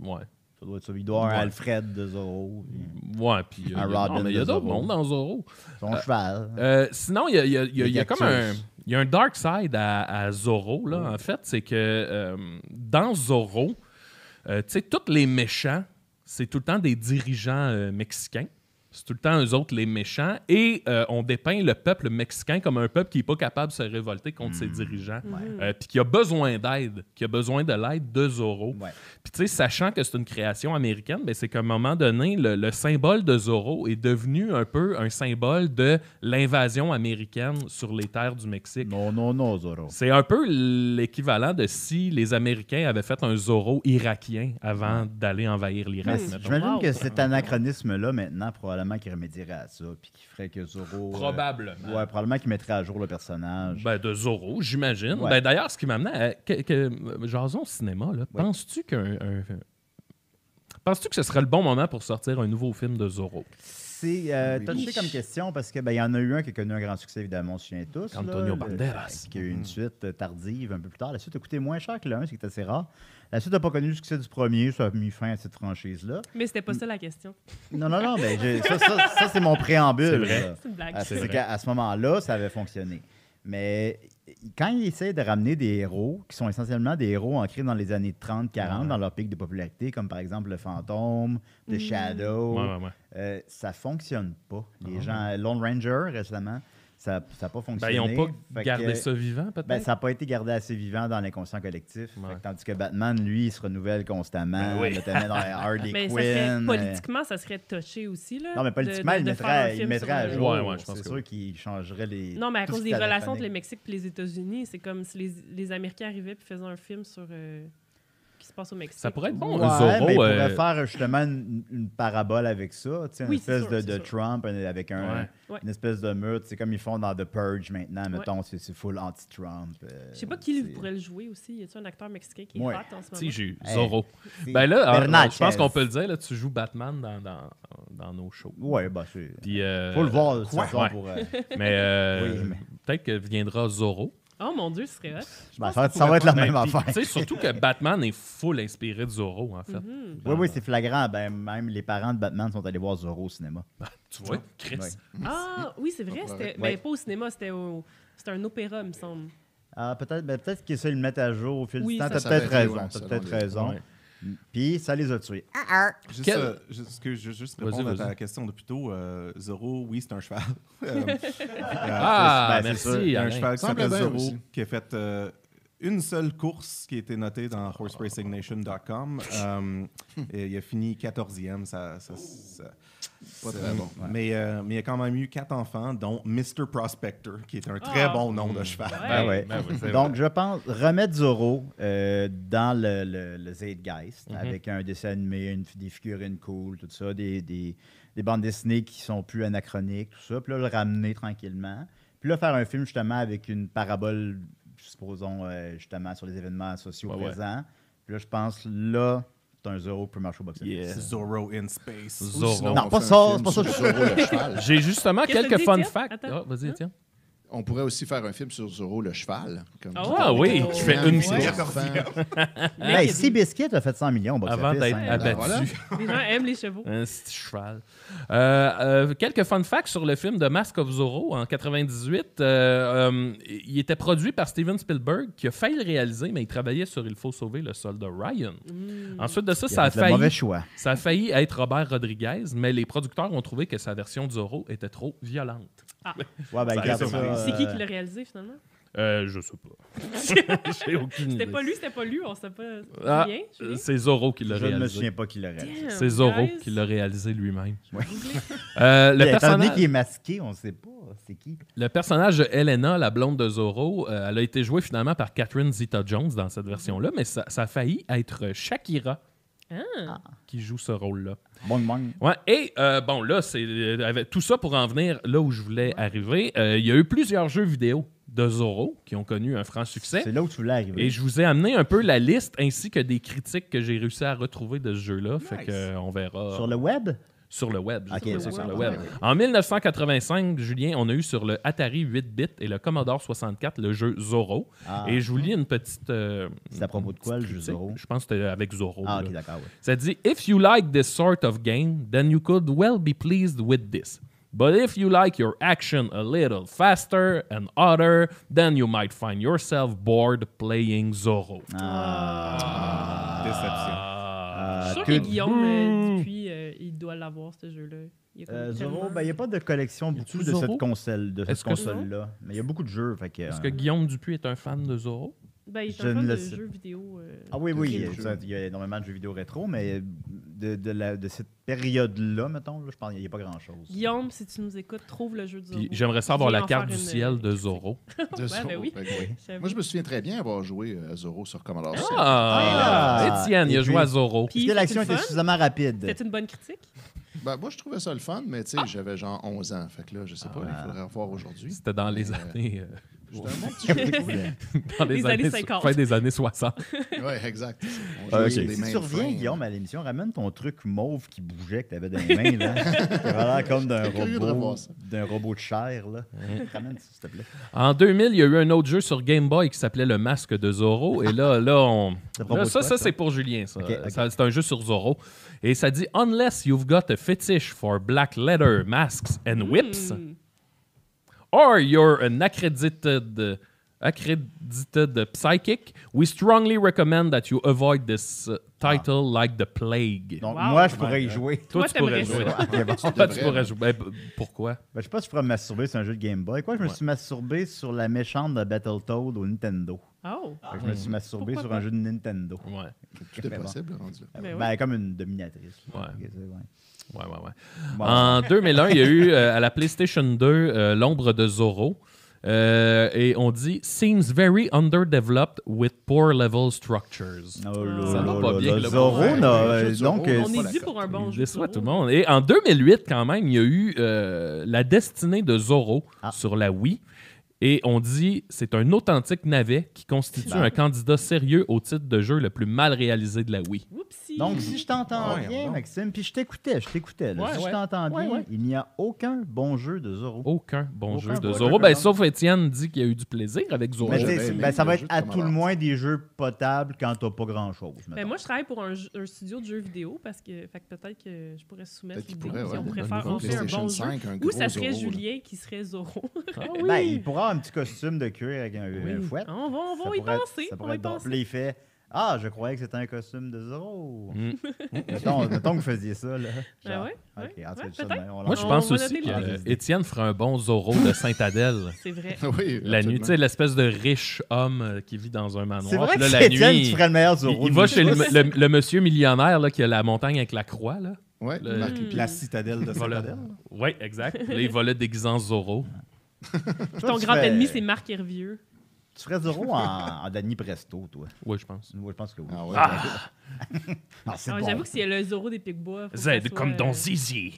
D: ouais.
B: Ça doit être ça. Il doit avoir un
D: Ouais.
B: Alfred de Zorro, puis
D: Ouais, puis euh, il y a,
B: Un
D: non,
B: Robin
D: mais il y
B: de
D: a d'autres
B: Zorro.
D: mondes dans Zorro.
B: son cheval.
D: Euh, sinon, il y a, il y a- il y a-
B: Les
D: il y a
B: cactus.
D: comme un, il y a un dark side à, à Zorro, là, en fait. C'est que euh, dans Zorro, euh, tu sais, tous les méchants, c'est tout le temps des dirigeants euh, mexicains. C'est tout le temps eux autres les méchants. Et euh, on dépeint le peuple mexicain comme un peuple qui n'est pas capable de se révolter contre
B: Hmm.
D: ses dirigeants. Euh, Puis qui a besoin d'aide, qui a besoin de l'aide de Zorro.
B: Ouais.
D: Puis, tu sais, sachant que c'est une création américaine, ben, c'est qu'à un moment donné, le, le symbole de Zorro est devenu un peu un symbole de l'invasion américaine sur les terres du Mexique.
B: Non, non, non, Zorro.
D: C'est un peu l'équivalent de si les Américains avaient fait un Zorro irakien avant d'aller envahir
B: Mais
D: l'Irak.
B: c-
D: mettons.
B: j'imagine
C: Wow.
B: que cet anachronisme-là, maintenant, probablement qu'il remédierait à ça, puis qu'il ferait que Zorro. euh,
D: Probablement.
B: ouais, probablement qu'il mettrait à jour le personnage.
D: Ben, de Zorro, j'imagine.
B: Ouais.
D: Ben, D'ailleurs, ce qui m'amenait à. Que, que- Jason Cinéma, là, penses-tu qu'un. un- Penses-tu que ce serait le bon moment pour sortir un nouveau film de Zorro?
B: C'est euh,
F: Oui.
B: touché comme question parce que ben, il y en a eu un qui a connu un grand succès, évidemment, on se souvient tous. là,
D: Antonio
B: le-
D: Banderas. Mm.
B: Qui a eu une suite euh, tardive un peu plus tard. La suite a coûté moins cher que le 1, ce qui est assez rare. La suite n'a pas connu le succès du premier, ça a mis fin à cette franchise-là.
C: Mais c'était pas ça la question.
B: Non, non, non, mais j'ai- ça, ça- ça, c'est mon préambule.
D: vrai.
B: là.
C: C'est une blague.
B: Ah, C'est
D: vrai.
B: qu'à à ce moment-là, ça avait fonctionné. Mais quand ils essayent de ramener des héros, qui sont essentiellement des héros ancrés dans les années 30-40, dans leur pic de popularité, comme par exemple le fantôme, The Shadow,
D: Mm. Ouais, ouais, ouais.
B: euh, ça fonctionne pas. Les gens, Lone Ranger récemment, ça n'a pas
D: Ben,
B: fonctionné.
D: ils n'ont
B: Fait
D: pas
B: que-
D: gardé ça vivant, peut-être.
B: ben, ça n'a pas été gardé assez vivant dans l'inconscient collectif. Fait que
D: Ouais.
B: tandis que Batman, lui, il se renouvelle constamment.
D: Ben oui.
B: notamment
D: [LAUGHS]
B: dans les Harley
C: Mais
B: Quinn.
C: ça serait,
B: euh,
C: politiquement, ça serait touché aussi. Là,
B: Non, mais
C: de-
B: politiquement,
C: de-
B: il
C: de faire un
B: mettrait, il
C: film
B: mettrait à
C: sur-
B: jour.
D: Ouais, ouais, je pense
B: c'est
D: que
B: sûr
D: oui.
B: qu'il changerait les.
C: Non, mais à
B: tout
C: cause
B: ce
C: des
B: qui avait
C: relations entre
B: fané.
C: le Mexique et les États-Unis, c'est comme si les, les Américains arrivaient et faisaient un film sur euh, qui se passe au Mexique.
D: Ça pourrait être bon,
B: Ouais,
D: un Zorro.
B: mais il
D: euh,
B: pourrait faire justement une, une parabole avec ça, tu sais, une
C: Oui, c'est
B: espèce
C: sûr,
B: de,
C: c'est
B: de
C: sûr.
B: Trump un- avec un,
D: Ouais.
C: Ouais.
B: une espèce de mur, tu sais, comme ils font dans The Purge maintenant, mettons, c'est c'est full anti-Trump. euh,
C: Je sais pas qui
B: c'est-
C: pourrait le jouer aussi. Y a-t-il un acteur mexicain qui est
B: Ouais.
C: hot en ce
D: Tu sais,
C: moment?
D: j'ai eu
B: Hey.
D: Zorro.
B: c'est-
D: Ben là, alors,
B: Bernatchez.
D: je pense qu'on peut le dire, là, tu joues Batman dans, dans, dans nos shows.
B: Ouais, bah c'est.
D: Puis, euh,
B: Faut le voir, de toute
D: ouais.
B: façon,
D: Ouais.
B: pour. euh,
D: Mais, euh,
B: Oui, mais-
D: peut-être que viendra Zorro.
C: Oh mon Dieu, ce serait hot.
B: ben, ça, ça va être la
D: Ben,
B: même
D: puis,
B: affaire.
D: tu sais, surtout que Batman est full inspiré de Zorro, en fait.
C: Mhm.
B: Oui, oui, c'est flagrant. Ben, même les parents de Batman sont allés voir Zorro au cinéma.
D: Tu vois, Chris.
B: Ouais.
C: Ah oui, c'est vrai.
F: Ouais.
C: C'était,
B: Ouais.
C: ben, pas au cinéma, c'était au. C'était un opéra, me semble.
B: Ah, peut-être ben, peut-être qu'ils le mettent à jour au fil
C: Oui,
B: du temps.
C: ça,
B: T'as
F: ça
B: peut-être
F: va être,
B: raison.
F: ouais,
B: T'as
F: selon
B: peut-être
F: les-
B: raison.
D: Ouais. Ah
B: Puis ça les a tués.
E: Juste,
D: Quel-
E: euh, juste, excuse, je veux juste
D: Vas-y,
E: répondre à ta
D: vas-y.
E: question de plus tôt. euh, Zorro, oui, c'est un cheval. [LAUGHS] Euh,
D: Ah,
B: ben, c'est
D: merci.
B: sûr.
E: Il y a un
D: Alain.
E: cheval qui
F: Semble
E: s'appelle
F: bien
E: Zorro
F: aussi.
E: qui a fait euh, une seule course qui a été notée dans horseracingnation.com. Euh, et il a fini 14e. Ça, ça- ça-
F: Pas
E: ça-
F: très bon.
E: Mais, euh, mais il y a quand même eu quatre enfants, dont Mr. Prospector, qui est un très
C: Ah.
E: bon nom
F: Hmm.
E: de cheval.
B: Ben
C: Ouais.
B: ouais.
D: ben oui, c'est
B: Donc, je pense remettre Zorro euh, dans le, le, le Zeitgeist
D: Mhm.
B: avec un dessin animé, une, des figurines cool, tout ça, des, des, des bandes dessinées qui sont plus anachroniques, tout ça. Puis là, le ramener tranquillement. Puis là, faire un film justement avec une parabole, supposons, euh, justement, sur les événements sociaux
D: Ouais, ouais.
B: présents. Puis là, je pense, là, c'est un Zorro qui peut marcher au box
D: Yeah.
E: Zorro in Space.
D: Zorro.
F: Ou sinon,
B: Non,
F: on
B: pas
F: fait un
B: ça,
F: film
B: c'est pas ça
F: sur
B: que je-
F: Zorro le cheval.
D: J'ai justement
C: Qu'est-ce que
D: quelques
C: t'as dit,
D: fun
C: Étienne?
D: facts.
C: Attends. Hein?
D: Ah, vas-y, tiens.
F: On pourrait aussi faire un film sur Zorro le cheval. Comme
C: Ah
F: tout
C: ouais?
F: à
D: Ah oui,
F: l'heure.
D: tu fais une
F: C'est
D: course.
F: enfant.
B: Hey, Seabiscuit a fait 100 millions au box hein.
D: Avant d'être
F: Ben
D: abattu.
F: voilà.
C: Les gens aiment les chevaux.
D: Un petit cheval. Euh, euh, quelques fun facts sur le film de Mask of Zorro en 98. Euh, euh, il était produit par Steven Spielberg, qui a failli le réaliser, mais il travaillait sur Il faut sauver le soldat Ryan.
C: Mm.
D: Ensuite de ça, ça a,
B: C'est le mauvais
D: failli,
B: choix.
D: ça a failli être Robert Rodriguez, mais les producteurs ont trouvé que sa version de Zorro était trop violente.
B: Ouais, ben,
D: Ça
B: regarde
D: reste
B: ça,
D: au-
C: C'est qui
B: euh,
C: qui l'a réalisé finalement?
D: Euh, je sais pas.
C: [LAUGHS]
D: [LAUGHS] J'ai aucune idée.
C: C'était pas lui, c'était pas lui, on sait pas.
D: Ah,
C: Julien?
D: euh,
C: Julien?
D: C'est Zorro qui l'a
B: Je ne me souviens
D: réalisé.
B: pas qui l'a réalisé.
C: Damn,
D: C'est Zorro
C: guys.
D: qui l'a réalisé lui-même.
B: Ouais. Puis, étant
D: Euh, le
B: donné
D: personnage...
B: qu'il est masqué, on ne sait pas c'est qui.
D: Le personnage de Helena, la blonde de Zorro, euh, elle a été jouée finalement par Catherine Zeta-Jones dans cette version-là, mais ça, ça a failli être Shakira
C: Ah.
D: qui joue ce rôle-là.
B: Bong bong.
D: Ouais, et euh, bon, là, c'est euh, avec tout ça pour en venir là où je voulais arriver. euh, Il y a eu plusieurs jeux vidéo de Zorro qui ont connu un franc succès.
B: C'est là où tu voulais arriver.
D: Et je vous ai amené un peu la liste ainsi que des critiques que j'ai réussi à retrouver de ce jeu-là. Fait
E: Nice.
D: que euh, on verra
B: Sur le web?
D: sur le web.
B: Ok,
D: justement,
B: sur
D: sur
B: le
D: le
B: web. Ah,
D: web. En 1985, Julien, on a eu sur le Atari 8-bit et le Commodore 64 le jeu Zorro.
B: Ah,
D: Et je vous lis une petite. euh,
B: C'est à propos de quoi, le
D: petite
B: jeu
D: critique.
B: Zorro?
D: Je pense que c'était avec Zorro.
B: ah
D: là.
B: ok, d'accord. ouais.
D: Ça dit If you like this sort of game, then you could well be pleased with this. But if you like your action a little faster and harder, then you might find yourself bored playing Zorro.
B: Ah.
E: Déception.
D: Ah. Hmm.
C: Je suis sûr
B: que-
C: que Guillaume, euh, Dupuis, euh, il doit l'avoir, ce jeu-là. Il est comme
B: Euh, Zorro,
C: tellement-
B: ben, il n'y a pas de collection
D: a-tu
B: beaucoup de
D: Zorro?
B: cette console, de cette
D: Est-ce que c'est-
B: console-là. Mais il y a beaucoup de jeux. Fait que,
D: Est-ce
B: euh,
D: que Guillaume Dupuis est un fan de Zorro?
C: Ben, il est
B: je
C: un fan
B: ne
C: de
B: le sais
C: jeux vidéo. euh,
B: Ah oui, oui,
C: de
B: il y,
C: jeux.
B: a, il y a énormément de jeux vidéo rétro, mais de, de la- de cette période-là, mettons, là, je pense qu'il n'y a pas grand-chose.
C: Guillaume, si tu nous écoutes, trouve le jeu de Zorro.
D: Puis j'aimerais savoir
C: Viens
D: la
C: en
D: carte
C: faire
D: du
C: une,
D: ciel
C: euh,
D: de Zorro.
F: De
C: [LAUGHS]
F: Zorro,
C: ben oui.
F: fait que oui.
C: J'avoue.
F: Moi, je me souviens très bien avoir joué euh, à Zorro sur Commodore 7.
D: Ah!
B: Ah!
D: Étienne, il
B: Et
D: a
B: puis-
D: joué à Zorro.
C: Puis
B: Est-ce que l'action
C: c'est le
B: était
C: fun?
B: suffisamment rapide?
C: C'était une bonne critique?
F: Ben, moi, je trouvais ça le fun, mais tu
C: Ah!
F: sais, j'avais genre 11 ans. Fait que là, je sais pas,
B: Ah.
F: il faudrait revoir aujourd'hui.
D: C'était dans les
F: Euh,
D: années... euh,
F: C'était un bon petit jeu.
B: [LAUGHS]
D: dans les,
C: Les
D: années,
C: années 50.
D: Fin des années 60.
F: Oui, exact. On
B: Ah,
F: jouait
B: ok.
F: sur des
B: Si tu
F: mainframes.
B: reviens, Guillaume, à l'émission, ramène ton truc mauve qui bougeait que t'avais dans les mains. Là.
F: [LAUGHS]
B: T'avais l'air comme d'un
F: J'étais curieux de
B: robot,
F: revoir ça.
B: d'un robot de chair. Là. Ramène ça, s'il te plaît.
D: En 2000, il y a eu un autre jeu sur Game Boy qui s'appelait Le Masque de Zorro. Et là, là, on...
B: Ça propose
D: là, ça,
B: quoi,
D: ça
B: ça?
D: c'est pour Julien. ça.
B: Ok, ok.
D: Ça, c'est un jeu sur Zorro. Et ça dit Unless you've got a fetish for black leather masks and whips,
C: Hmm.
D: or you're an accredited, accredited psychic, we strongly recommend that you avoid this uh, title
B: Ah.
D: like the plague.
B: Donc,
C: Wow.
B: moi, je pourrais y jouer.
D: Toi,
C: Toi,
D: tu
C: t'aimerais
D: pourrais
C: ça.
B: [LAUGHS]
D: jouer.
B: Ok, bon.
D: [LAUGHS] Toi, tu
F: devrais,
D: pourrais
F: hein.
D: jouer. Ben, b- pourquoi?
B: Ben, je sais pas si je pourrais me masturber sur un jeu de Game Boy. Quoi, je me suis masturbé sur la méchante de Battletoad au Nintendo.
C: Oh!
D: Ah,
B: Fait que je me suis masturbé
C: Pourquoi
B: sur
C: pas?
B: un jeu de Nintendo.
D: Ouais.
F: Tout
B: Mais
F: est
B: bon.
F: possible, rendu là.
C: Ben oui.
B: Ben, comme une dominatrice.
D: Eh Ouais.
B: Ok, c'est- ouais.
D: Ouais, ouais, ouais.
B: Bon.
D: En 2001, il y a eu euh, à la PlayStation 2 euh, L'ombre de Zorro. Euh, et on dit Seems very underdeveloped with poor level structures.
B: Oh là
C: Ça
D: va
B: là
D: pas
B: là
D: bien,
B: là,
D: le hein.
B: Zorro,
D: pauvre.
B: là,
F: Ouais, le jeu
B: euh,
F: de
B: donc,
F: Zorro,
B: euh,
F: on
C: On
F: pas
C: est
F: la
C: dû
F: cote.
C: pour un bon
D: Il
C: jeu. de
D: déçoit tout le
C: Zorro.
D: monde. Et en 2008, quand même, il y a eu euh, La destinée de Zorro
B: Ah.
D: sur la Wii. Et on dit c'est un authentique navet qui constitue
B: Bah.
D: un candidat sérieux au titre de jeu le plus mal réalisé de la Wii.
C: Oupsie!
B: donc, si je t'entends
E: Ouais,
B: bien,
E: non.
B: Maxime, puis je t'écoutais, je t'écoutais. là,
D: Ouais,
B: si
D: ouais.
B: je t'entends
D: Ouais,
B: bien,
D: ouais. Oh,
B: il n'y a aucun bon jeu de Zorro.
D: Aucun bon
B: Aucun
D: jeu de
B: bon
D: Zorro.
B: jeu,
D: Ben,
B: non.
D: sauf Étienne dit qu'il y a eu du plaisir avec Zorro.
B: Mais
F: Moi,
B: tu sais,
F: j'avais
B: c'est-
F: aimé
B: ben, ça
F: le
B: va
F: jeu
B: être
F: de
B: à
F: Commodore.
B: tout le moins des jeux potables quand t'as pas grand-chose.
C: Ben
B: mettons.
C: moi, je travaille pour un, un studio de jeux vidéo parce que, fait que peut-être que je pourrais soumettre
F: Peut-être
C: l'idée
F: qu'il pourrait,
C: si
F: ouais,
C: on
F: un
C: préfère
F: nouveau
C: en faire un
F: PlayStation
C: bon jeu.
F: 5, un
C: Ou
F: gros
C: ça serait
F: Zorro, là.
C: [LAUGHS] Julien qui serait Zorro.
D: Ah
B: Ben, il pourra un petit costume de cuir avec un,
C: Oui.
B: un fouet.
C: On va, on va
B: Ben, Ça
C: y
B: pourrait être-
C: penser.
B: ça
C: on
B: pourrait
C: va y
B: être drôle.
C: penser.
B: Puis là, il fait Ah, je croyais que c'était un costume de Zorro.
D: Mm.
B: mettons, mettons que vous faisiez ça, là. Genre,
C: Ben ouais,
B: OK,
C: ouais,
B: en tout cas,
C: ouais,
B: je sais de
C: peut-être.
B: même, on
D: Moi,
B: lance-
D: je
C: On
D: pense
C: va
D: aussi
C: noter le
D: que euh,
B: liste.
D: Étienne ferait un bon Zorro de
B: [LAUGHS]
D: Sainte-Adèle.
C: C'est vrai.
F: [LAUGHS] oui,
D: La nuit, tu sais,
F: absolument.
D: l'espèce de riche homme euh, qui vit dans un manoir.
B: C'est vrai
D: Puis
B: que
D: là,
B: c'est
D: la
B: Étienne
D: nuit,
B: qui ferait le meilleur
D: il,
B: Zorro.
D: il
B: de
D: va
B: nous.
D: chez le, le- le monsieur millionnaire là, qui a la montagne avec la croix. Là.
F: Ouais,
D: le-
F: Marc
C: Hmm.
B: [LAUGHS]
F: Lépine.
E: La citadelle de
D: Voilà.
E: Citadelle.
D: Oui, exact. Puis là, il va là déguisant Zorro.
B: Toi,
C: Ton
B: tu
C: grand
B: ferais-
C: ennemi, c'est Marc Hervieux.
B: Tu ferais Zorro en, en Danny Presto, toi.
D: Oui, je pense.
B: Moi, je pense que oui.
F: Ah ouais,
B: Ah, c'est
C: Ah,
B: bon.
C: J'avoue que c'est le Zorro des Picbois. faut que ça
D: Z
C: soit,
D: comme
C: euh,
D: ton zizi.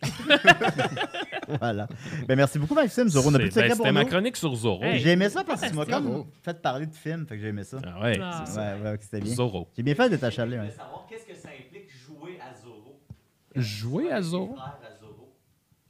B: Voilà. Ben, merci beaucoup, Maxime. Zorro n'a plus de
D: C'est- ben,
B: secret pour
D: C'était ma
B: nous.
D: chronique sur Zorro.
C: Hey.
B: J'ai aimé ça parce que tu m'as
F: Fantastique.
B: comme fait parler de films, fait que j'ai aimé ça.
D: Ah ouais,
C: Ah.
D: c'est ça.
B: Ouais, ouais, c'était bien.
D: Zorro.
B: J'ai bien fait de t'achaler.
H: Je
B: hein.
H: voulais savoir qu'est-ce que ça implique jouer à Zorro.
D: Jouer à Zorro?
H: Faire à Zorro.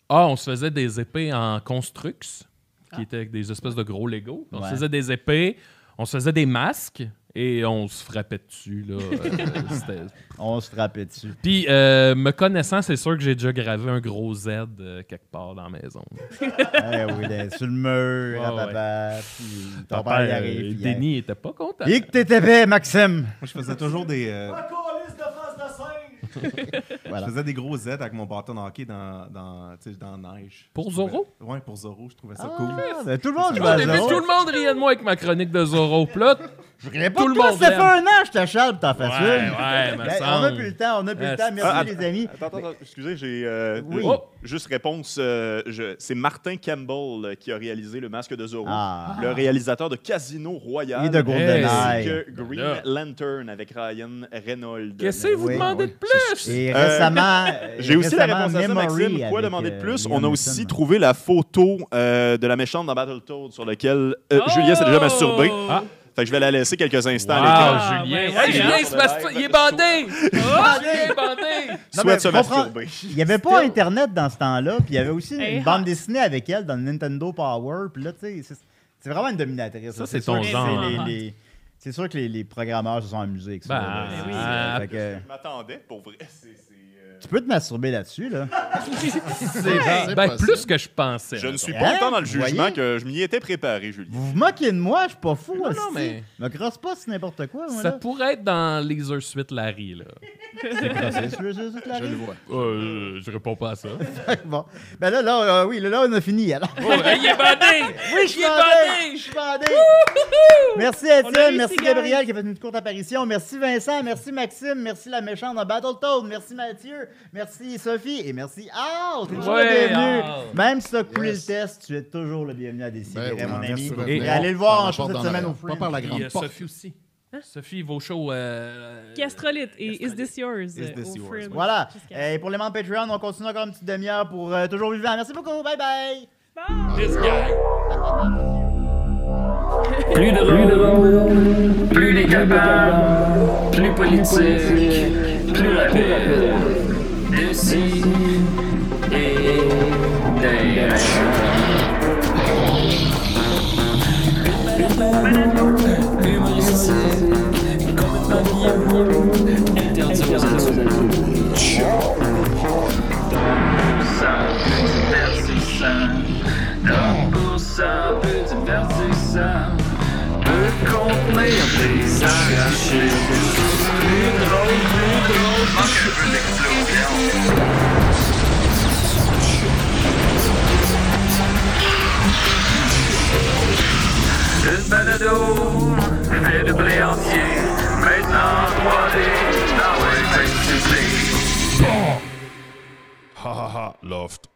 D: Ah, on se faisait des épées en construx,
C: Ah.
D: qui étaient des espèces de gros Lego. On
B: Ouais.
D: se faisait des épées, on se faisait des masques et on se frappait dessus.
B: [LAUGHS]
D: Là. Euh, c'était-
B: On se frappait dessus.
D: [LAUGHS] Puis, euh, me connaissant, c'est sûr que j'ai déjà gravé un gros Z euh, quelque part dans la maison.
B: Eh oui, là, sur le mur,
D: Ouais,
B: à papa, puis ton
D: Papa,
B: père, il
D: euh,
B: arrive. puis
D: Denis était pas content.
B: il- Et que t'étais bien, Maxime!
E: Moi, je faisais toujours des, euh,
H: Un colis de face de singe!
B: Voilà.
E: je faisais des gros Z avec mon bâton de hockey dans, dans, tu sais, dans la neige.
D: Pour
E: Je trouvais-
D: Zorro?
E: Ouais, pour Zorro, je trouvais ça
B: Ah,
E: cool.
B: ben, tout le monde
D: Au
B: joue à
D: début,
B: Zorro.
D: tout le monde riait de moi avec ma chronique de Zorro. Puis là,
B: [LAUGHS] Je riais pas
D: tout
B: de
D: le
B: toi,
D: monde
B: ça fait
D: l'aime.
B: un an, je t'achale pour t'en fasses
D: Ouais,
B: une.
D: ouais, me
B: Ben, on
D: semble.
B: n'a plus le temps, on n'a plus
D: Euh,
B: le temps. Merci,
G: Ah,
B: les amis.
G: Attends, attends, attends, excusez, j'ai euh,
B: Oui.
G: euh, juste réponse. euh, je- c'est Martin Campbell euh, qui a réalisé le masque de Zorro,
B: Ah.
G: le réalisateur de Casino Royale
B: Et de
G: ainsi
B: GoldenEye.
G: que Green
D: Là.
G: Lantern avec Ryan Reynolds.
D: qu'est-ce que vous
B: Oui,
D: demandez
F: oui.
D: de plus?
B: Et
G: Euh,
B: récemment. euh,
G: [LAUGHS] J'ai aussi la
B: récemment,
G: réponse à ça,
B: Memory
G: Maxime. Quoi
B: avec,
G: demander de
B: euh,
G: plus?
B: Liam
G: On a
B: Neeson.
G: aussi trouvé la photo euh, de la méchante dans Battletoads sur laquelle euh,
C: Oh!
G: Julien s'est déjà masturbé.
D: Ah.
G: Fait que je vais la laisser quelques instants. à l'écran.
D: Ah,
C: l'école.
D: Julien,
C: Ah, ouais,
D: Hey, Julien,
G: ouais.
D: il se mastur- il est bandé! Ah, Julien est bandé!
B: Non,
G: Souhaite
B: mais
G: se
B: comprends-
G: masturber.
B: Il n'y avait pas Internet dans ce temps-là, puis il y avait aussi une,
C: Hey,
B: bande
C: hot.
B: dessinée avec elle dans le Nintendo Power. Puis là, tu sais, c'est- c'est vraiment une dominatrice.
D: Ça,
B: là.
D: c'est
B: sûr
D: ton
B: que
D: genre,
B: les-
C: hein.
B: les- C'est sûr que les, les programmeurs se sont amusés avec
G: Bah,
B: ça.
D: Ben,
B: là.
D: ben
B: C'est-
C: oui.
G: Ah.
B: euh, fait que,
G: Je m'attendais, pour vrai. C'est- c'est, euh,
B: tu peux te masturber là-dessus, là.
D: C'est ben,
F: possible.
D: plus que je pensais.
G: Je ne suis
B: Hein?
G: pas autant dans le
B: Voyez?
G: jugement que je m'y étais préparé, Julien.
B: Vous vous moquez de moi, je suis pas fou.
D: Non,
B: hostie.
D: non, mais-
B: Me crosse pas, c'est n'importe quoi, moi,
D: Ça
B: là.
D: pourrait être dans Laser Suite Larry, là.
B: C'est [LAUGHS] sûr, c'est sûr que la
F: je le
B: rive.
F: vois.
D: Euh, je réponds pas à ça.
B: [LAUGHS] Bon. Ben là, là, euh, oui, là, là, on a fini, alors.
D: Oh, hey, [LAUGHS] il est bandé!
B: Oui, je suis bandé! Je suis bandé! Merci
C: On a
B: Étienne,
C: réussi,
B: merci
C: guys.
B: Gabriel qui a fait une courte apparition, merci Vincent, merci Maxime, merci la méchante dans Battletoad, merci Mathieu, merci Sophie et merci Al, t'es toujours
D: Ouais,
B: le bienvenu.
D: Al.
B: Même si t'as coulé
F: Yes.
B: le test, tu es toujours le bienvenu à
F: Ben
B: décider,
F: oui,
B: mon
F: merci
B: ami.
F: de
D: Et
B: Et
F: venir.
B: allez le voir
F: Par
B: en
F: la
B: show
F: porte
B: cette
F: d'en
B: semaine au
F: arrière, Pas
B: Fringe.
F: par la
D: Puis, euh,
F: grande porte.
D: Sophie aussi. Sophie, vos shows... euh,
C: Gastrolite et Is This Yours?
E: Is This
C: euh, au
E: Yours,
C: Fringe.
B: Voilà. Eh,
C: Jusqu'à-
B: Et pour les membres Patreon, on continue encore une petite demi-heure pour euh, Toujours Vivant. Merci beaucoup. Bye bye.
D: This guy.
I: Plus de plus plus décapable, plus politique, plus rapide. De ci et d'ailleurs. Humoristique, complètement vieillot, interdit aux adultes. divertissant. Donc pour ça, un peu divertissant. Peut contenir des arrachés. Plus drôle, plus drôle, manque un peu d'explosion. Une balado fait de blé entier. Maintenant 3D dans l'électricité.
J: Hahaha, Loft.